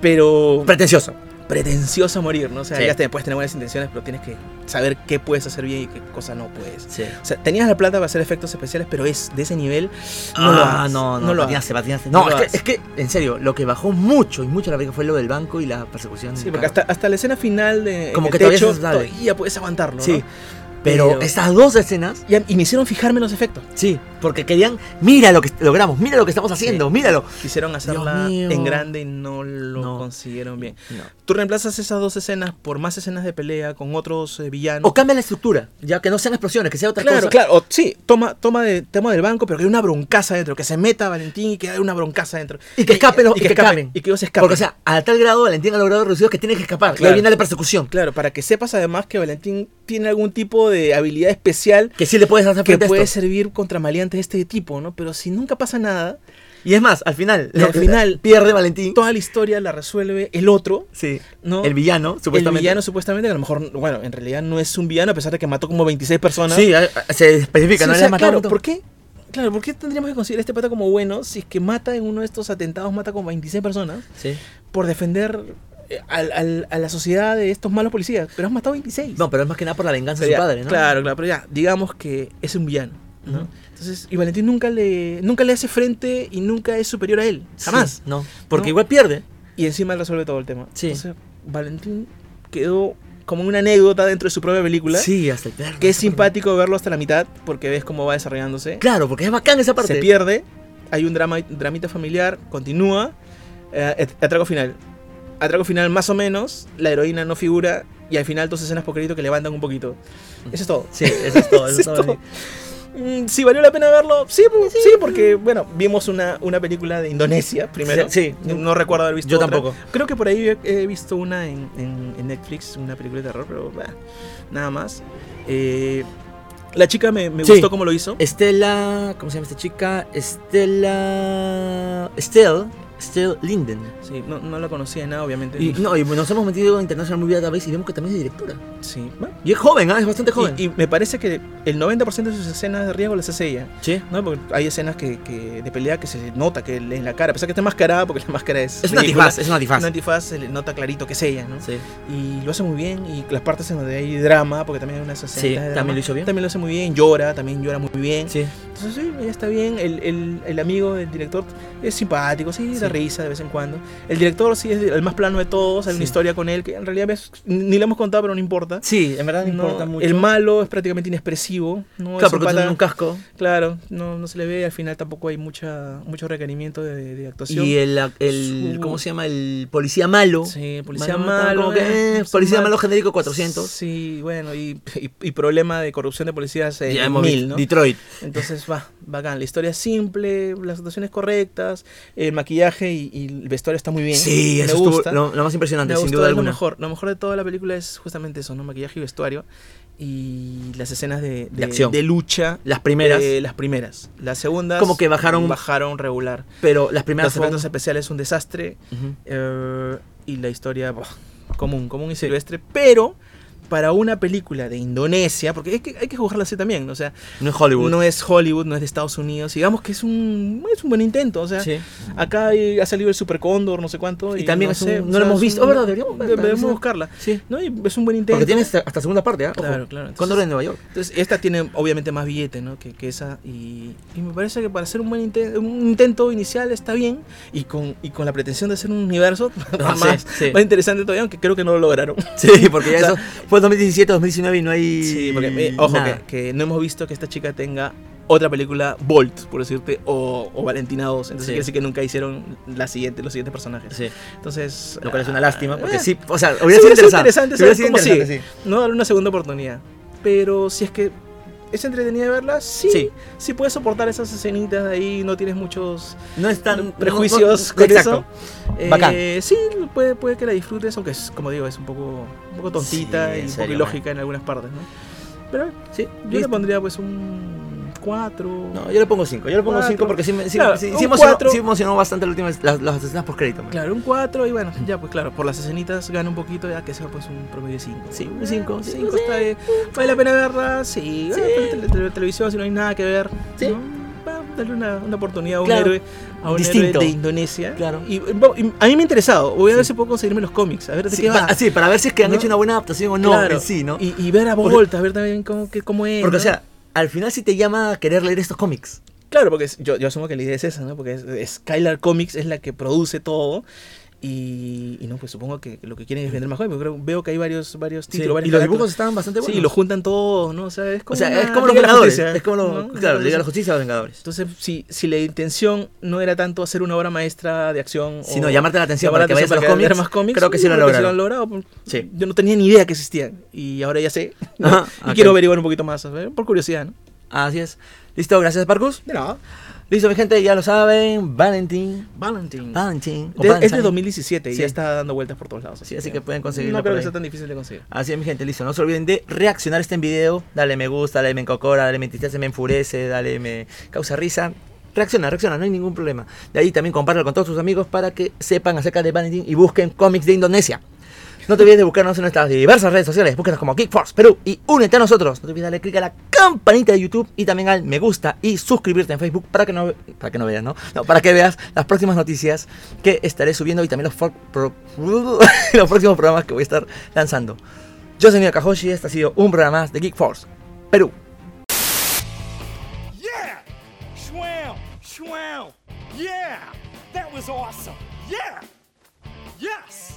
Speaker 2: pero
Speaker 1: pretencioso.
Speaker 2: pretencioso a morir, ¿no? O sea,
Speaker 1: Sí.
Speaker 2: ya te puedes tener buenas intenciones, pero tienes que saber qué puedes hacer bien y qué cosa no puedes.
Speaker 1: Sí.
Speaker 2: O sea, tenías la plata para hacer efectos especiales, pero es de ese nivel. No lo
Speaker 1: ah,
Speaker 2: hagas,
Speaker 1: no, no,
Speaker 2: no lo
Speaker 1: patiñaste, patiñaste.
Speaker 2: No
Speaker 1: No, es,
Speaker 2: lo hagas.
Speaker 1: que, es que, en serio, lo que bajó mucho y mucho la película fue lo del banco y la persecución.
Speaker 2: Sí,
Speaker 1: del
Speaker 2: porque
Speaker 1: carro.
Speaker 2: hasta, hasta la escena final de
Speaker 1: Como
Speaker 2: en
Speaker 1: que
Speaker 2: el
Speaker 1: todavía
Speaker 2: techo,
Speaker 1: se sabe.
Speaker 2: todavía puedes aguantarlo,
Speaker 1: Sí.
Speaker 2: ¿no?
Speaker 1: Pero,
Speaker 2: Pero-
Speaker 1: estas dos escenas,
Speaker 2: Y, y me hicieron fijarme en los efectos.
Speaker 1: sí, porque querían, mira lo que logramos, mira lo que estamos haciendo, míralo.
Speaker 2: Quisieron hacerla
Speaker 1: mío.
Speaker 2: en grande y no lo
Speaker 1: No.
Speaker 2: consiguieron bien.
Speaker 1: No.
Speaker 2: Tú reemplazas esas dos escenas por más escenas de pelea con otros eh, villanos.
Speaker 1: O cambia la estructura, ya que no sean explosiones, que sea otra
Speaker 2: claro,
Speaker 1: cosa.
Speaker 2: claro. O, sí, toma, toma de, tema del banco, pero que hay una broncaza dentro. Que se meta Valentín y que haya una broncaza dentro.
Speaker 1: Y que escapen los-
Speaker 2: y que escapen. Y que ellos escapen.
Speaker 1: Porque, o sea, a tal grado Valentín ha logrado reducidos que tiene que escapar. Y
Speaker 2: Claro.
Speaker 1: ahí viene la persecución.
Speaker 2: Claro, para que sepas además que Valentín tiene algún tipo de habilidad especial
Speaker 1: Que sí le puedes hacer
Speaker 2: que
Speaker 1: frente a
Speaker 2: puede
Speaker 1: esto.
Speaker 2: servir contra maleantes de este tipo, ¿no? Pero si nunca pasa nada,
Speaker 1: Y es más, al final,
Speaker 2: Y al final-
Speaker 1: pierde Valentín.
Speaker 2: toda la historia la resuelve el otro,
Speaker 1: Sí.
Speaker 2: ¿no?
Speaker 1: El villano, supuestamente.
Speaker 2: El villano supuestamente, que a lo mejor, bueno, en realidad no es un villano, a pesar de que mató como 26 personas.
Speaker 1: Sí, a- a- se especifica,
Speaker 2: Sí,
Speaker 1: no
Speaker 2: o
Speaker 1: le
Speaker 2: sea,
Speaker 1: han matado
Speaker 2: claro,
Speaker 1: tanto.
Speaker 2: ¿por qué? Claro, ¿por qué tendríamos que considerar a este pata como bueno si es que mata en uno de estos atentados, mata como 26 personas
Speaker 1: Sí.
Speaker 2: por defender eh, al- al- a la sociedad de estos malos policías? Pero has matado 26.
Speaker 1: No, pero es más que nada por la venganza
Speaker 2: Pero
Speaker 1: de
Speaker 2: ya,
Speaker 1: su padre, ¿no?
Speaker 2: Claro, claro, pero ya, digamos que es un villano. ¿no?
Speaker 1: Ujú.
Speaker 2: Entonces, y Valentín nunca le, nunca le hace frente y nunca es superior a él,
Speaker 1: Sí,
Speaker 2: jamás.
Speaker 1: no, porque
Speaker 2: No.
Speaker 1: igual pierde.
Speaker 2: Y encima resuelve todo el tema.
Speaker 1: Sí.
Speaker 2: Entonces, Valentín quedó como una anécdota dentro de su propia película.
Speaker 1: Sí, hasta el perro.
Speaker 2: Que es simpático verlo hasta la mitad porque ves cómo va desarrollándose.
Speaker 1: Claro, porque es bacán esa parte.
Speaker 2: Se pierde, hay un drama, dramita familiar, continúa. eh, at- atraco final. Atraco final más o menos, la heroína no figura y al final dos escenas por crédito que levantan un poquito. Eso es todo.
Speaker 1: Sí, eso es (laughs) todo. Eso es todo.
Speaker 2: Mm, ¿Sí valió la pena verlo? Sí, pues, sí, porque, bueno, vimos una, una película de Indonesia primero.
Speaker 1: Sí, sí.
Speaker 2: No, no recuerdo haber visto
Speaker 1: Yo
Speaker 2: otra.
Speaker 1: tampoco.
Speaker 2: Creo que por ahí he- he visto una en, en- en Netflix, una película de terror, pero bah, nada más. Eh, la chica me, me
Speaker 1: Sí.
Speaker 2: gustó cómo lo hizo.
Speaker 1: Estela, ¿cómo se llama esta chica? Estela. Estelle. Estelle Linden.
Speaker 2: Sí, no, no la conocía de nada, obviamente.
Speaker 1: Y, no, y nos hemos metido en International Movie Database y vemos que también es directora.
Speaker 2: Sí, bah.
Speaker 1: Y es joven, ¿ah? es bastante joven.
Speaker 2: Y, y me parece que el 90% de sus escenas de riesgo las hace ella.
Speaker 1: sí.
Speaker 2: ¿no? Porque hay escenas que, que- de pelea que se nota que le- en la cara, a pesar que está mascarada porque la máscara es.
Speaker 1: Es una
Speaker 2: ridícula.
Speaker 1: antifaz, es una antifaz.
Speaker 2: Una antifaz se le nota clarito que es ella, ¿no?
Speaker 1: Sí.
Speaker 2: Y lo hace muy bien. Y las partes en donde hay drama, porque también hay una escenas
Speaker 1: Sí,
Speaker 2: de drama,
Speaker 1: también lo hizo bien.
Speaker 2: También lo hace muy bien. Llora, también llora muy bien.
Speaker 1: Sí.
Speaker 2: Entonces, sí, ella está bien. El, el- el amigo del director es simpático, sí,
Speaker 1: Sí.
Speaker 2: se risa de vez en cuando. El director sí es el más plano de todos, hay
Speaker 3: Sí.
Speaker 2: una historia con él que en realidad ves- ni la hemos contado, pero no importa.
Speaker 1: Sí,
Speaker 3: En verdad no,
Speaker 2: No,
Speaker 3: importa mucho.
Speaker 2: El malo es prácticamente inexpresivo.
Speaker 1: claro,
Speaker 2: ¿no? Es un
Speaker 1: porque tú
Speaker 2: pata-
Speaker 1: tienes un casco.
Speaker 2: Claro, no, no se le ve, al final tampoco hay mucha, mucho requerimiento de, de actuación.
Speaker 1: Y el, el-
Speaker 2: Su-
Speaker 1: ¿cómo se llama? El policía malo.
Speaker 2: Sí, policía
Speaker 1: Mano,
Speaker 2: malo.
Speaker 1: como que,
Speaker 2: eh,
Speaker 1: eh, policía malo genérico 400.
Speaker 2: Sí, bueno, y, y- y problema de corrupción de policías eh,
Speaker 1: Ya hemos
Speaker 2: mil,
Speaker 1: visto.
Speaker 2: ¿no?
Speaker 1: Detroit.
Speaker 2: Entonces, va, bacán. La historia es simple, las actuaciones correctas, el maquillaje y, y el vestuario está muy bien.
Speaker 1: Sí,
Speaker 2: me
Speaker 1: eso estuvo
Speaker 2: gusta.
Speaker 1: lo, lo más impresionante,
Speaker 2: me
Speaker 1: sin
Speaker 2: gustó,
Speaker 1: duda
Speaker 2: es lo
Speaker 1: alguna.
Speaker 2: mejor. Lo mejor de toda la película es justamente eso, ¿no? Maquillaje y vestuario. Y las escenas de, de,
Speaker 1: De acción.
Speaker 2: de lucha.
Speaker 1: Las primeras,
Speaker 2: eh, las primeras. Las segundas.
Speaker 1: Como que bajaron-
Speaker 2: Bajaron regular.
Speaker 1: pero las
Speaker 2: Los
Speaker 1: primeras fueron-
Speaker 2: efectos especiales un desastre.
Speaker 1: Ujú.
Speaker 2: Eh, y la historia buah, común, común y silvestre, pero para una película de Indonesia, porque hay que, hay que juzgarla así también, ¿no? o sea,
Speaker 1: No es Hollywood.
Speaker 2: no es Hollywood, no es de Estados Unidos, digamos que es un, es un buen intento, o sea,
Speaker 1: Sí.
Speaker 2: acá hay- ha salido el Super Cóndor, no sé cuánto,
Speaker 1: Y también
Speaker 2: no,
Speaker 1: es
Speaker 2: sé,
Speaker 1: un-
Speaker 2: o
Speaker 1: no
Speaker 2: sea,
Speaker 1: lo hemos
Speaker 2: es
Speaker 1: visto.
Speaker 2: un-
Speaker 1: Oh, verdad, deberíamos ver,
Speaker 2: deberíamos
Speaker 1: sí.
Speaker 2: buscarla,
Speaker 1: Sí.
Speaker 2: ¿no? Y es un buen intento.
Speaker 1: Porque tiene hasta hasta segunda parte, ¿ah? Ojo.
Speaker 2: Claro, claro, entonces-
Speaker 1: Cóndor de Nueva York.
Speaker 2: Entonces, esta tiene obviamente más billete ¿no? que, que esa. Y, y me parece que para hacer un buen intento, un intento inicial está bien. Y con, y con la pretensión de hacer un universo (laughs)
Speaker 1: Ah,
Speaker 2: más,
Speaker 1: sí, sí.
Speaker 2: más interesante todavía, aunque creo que no lo lograron. (laughs)
Speaker 1: Sí, porque ya
Speaker 2: O sea,
Speaker 1: eso fue 2017, 2019 y no hay.
Speaker 2: (laughs) Sí, porque, eh, ojo, que,
Speaker 1: nada.
Speaker 2: que no hemos visto que esta chica tenga otra película, Bolt, por decirte, o, o Valentina 2. Entonces,
Speaker 1: Sí.
Speaker 2: quiere decir que nunca hicieron la siguiente, los siguientes personajes.
Speaker 1: Sí.
Speaker 2: Entonces.
Speaker 1: Lo cual es
Speaker 2: ah,
Speaker 1: una lástima, porque
Speaker 2: eh,
Speaker 1: sí, o sea,
Speaker 2: sí
Speaker 1: hubiera sido interesante.
Speaker 2: interesante
Speaker 1: Sí, hubiera
Speaker 2: saber
Speaker 1: sido
Speaker 2: cómo sigue.
Speaker 1: interesante,
Speaker 3: Sí.
Speaker 2: no darle una segunda oportunidad. Pero si es que es entretenida verla, sí,
Speaker 1: Sí.
Speaker 2: sí, puedes soportar esas escenitas de ahí, no tienes muchos
Speaker 1: No es tan.
Speaker 2: prejuicios
Speaker 1: no- no-
Speaker 2: con
Speaker 1: exacto.
Speaker 2: eso. Eh,
Speaker 1: Bacán.
Speaker 2: Sí, puede, puede que la disfrutes, aunque es, como digo, es un poco, un poco tontita
Speaker 1: Sí, en
Speaker 2: y un
Speaker 1: serio,
Speaker 2: poco
Speaker 1: man.
Speaker 2: ilógica en algunas partes, ¿no? Pero
Speaker 1: Sí,
Speaker 2: yo le
Speaker 1: listo.
Speaker 2: pondría pues un 4.
Speaker 1: No, yo le pongo 5. Yo le pongo
Speaker 2: Cuatro.
Speaker 1: 5 porque sí, me- sí,
Speaker 2: Ah, Claro,
Speaker 1: sí,
Speaker 2: un
Speaker 1: sí emocionó,
Speaker 2: cuatro.
Speaker 1: sí emocionó bastante la última, las, las escenas post crédito.
Speaker 2: Claro, un 4 y bueno, ya pues claro, por las escenitas gana un poquito, ya que sea pues un promedio de 5.
Speaker 1: Sí, un cinco, sí,
Speaker 2: Cinco
Speaker 1: sí.
Speaker 2: está bien. ¿Vale la pena verla? Sí.
Speaker 1: Sí.
Speaker 2: Bueno, pero tele- tele- televisión, si no hay nada que ver.
Speaker 1: Sí.
Speaker 2: ¿no? Va, Dale una, una oportunidad a un
Speaker 1: Claro.
Speaker 2: héroe, a un
Speaker 1: Distinto.
Speaker 2: héroe de Indonesia.
Speaker 1: Claro.
Speaker 2: Y, eh, y a mí me ha interesado. Voy a ver
Speaker 1: Sí.
Speaker 2: si puedo conseguirme los cómics. A ver de
Speaker 1: Sí,
Speaker 2: qué va.
Speaker 1: pa- sí, para ver si es que han
Speaker 2: ¿No?
Speaker 1: hecho una buena adaptación o no
Speaker 2: Claro.
Speaker 1: en sí, ¿no?
Speaker 2: y, y ver a
Speaker 1: Porque-
Speaker 2: Bolt, a ver también cómo, que- cómo es.
Speaker 1: porque, o
Speaker 2: ¿no?
Speaker 1: sea, al final sí te llama a querer leer estos cómics.
Speaker 2: Claro, porque es- yo, yo asumo que la idea es esa, ¿no? Porque es- es Skylar Comics es la que produce todo. Y, y no, pues supongo que lo que quieren es vender más cómics. Creo, veo que hay varios, varios títulos.
Speaker 1: y
Speaker 2: varias
Speaker 1: los
Speaker 2: carátulas.
Speaker 1: dibujos estaban bastante buenos.
Speaker 2: Sí, los juntan todos, ¿no? O sea, es como,
Speaker 1: o sea,
Speaker 2: una
Speaker 1: es como los
Speaker 2: Liga de la
Speaker 1: Vengadores.
Speaker 2: Justicia,
Speaker 1: Es como los.
Speaker 2: ¿no?
Speaker 1: Claro, Liga de la
Speaker 2: Entonces,
Speaker 1: Justicia o los Vengadores.
Speaker 2: Entonces, si, si la intención no era tanto hacer una obra maestra de acción,
Speaker 1: Sino
Speaker 2: o-
Speaker 1: llamarte la atención
Speaker 2: llamar
Speaker 1: para que vayas a los
Speaker 2: atención
Speaker 1: cómics,
Speaker 2: leer más cómics,
Speaker 1: creo que sí lo
Speaker 2: creo
Speaker 1: lograron.
Speaker 2: logrado. pues,
Speaker 1: Sí.
Speaker 2: Yo no tenía ni idea que existían y ahora ya sé. ¿no?
Speaker 1: Ajá,
Speaker 2: y
Speaker 1: ok.
Speaker 2: quiero averiguar un poquito más, a ver, por curiosidad, ¿no?
Speaker 1: Así es. Listo, gracias, Parcus.
Speaker 2: De nada.
Speaker 1: Listo, mi gente, ya lo saben. Valentín.
Speaker 2: Valentine.
Speaker 1: Valentín. este o
Speaker 2: De- es
Speaker 1: Valentine.
Speaker 2: de 2017 y
Speaker 1: Sí.
Speaker 2: ya está dando vueltas por todos lados.
Speaker 1: Sí, así que pueden conseguirlo
Speaker 2: No creo
Speaker 1: por
Speaker 2: que
Speaker 1: ahí.
Speaker 2: sea tan difícil de conseguir.
Speaker 1: Así es, mi gente, listo. No se olviden de reaccionar a este video. Dale me gusta, dale me encocora, dale me entristece, me enfurece, dale me causa risa. Reacciona, reacciona, no hay ningún problema. De ahí también compártelo con todos sus amigos para que sepan acerca de Valentín y busquen cómics de Indonesia. No te olvides de buscarnos en nuestras diversas redes sociales. Búsquenos como Geekforce Perú y únete a nosotros. No te olvides de darle clic a la campanita de YouTube y también al me gusta y suscribirte en Facebook para que no, para que no veas, ¿no? No, para que veas las próximas noticias que estaré subiendo y también los, for- pro- (laughs) los próximos programas que voy a estar lanzando. Yo soy Mia Kahoshi y este ha sido un programa más de Geek Force Perú.
Speaker 4: Yeah! Schwam! Schwam! Yeah! That was awesome! Yeah! Yes!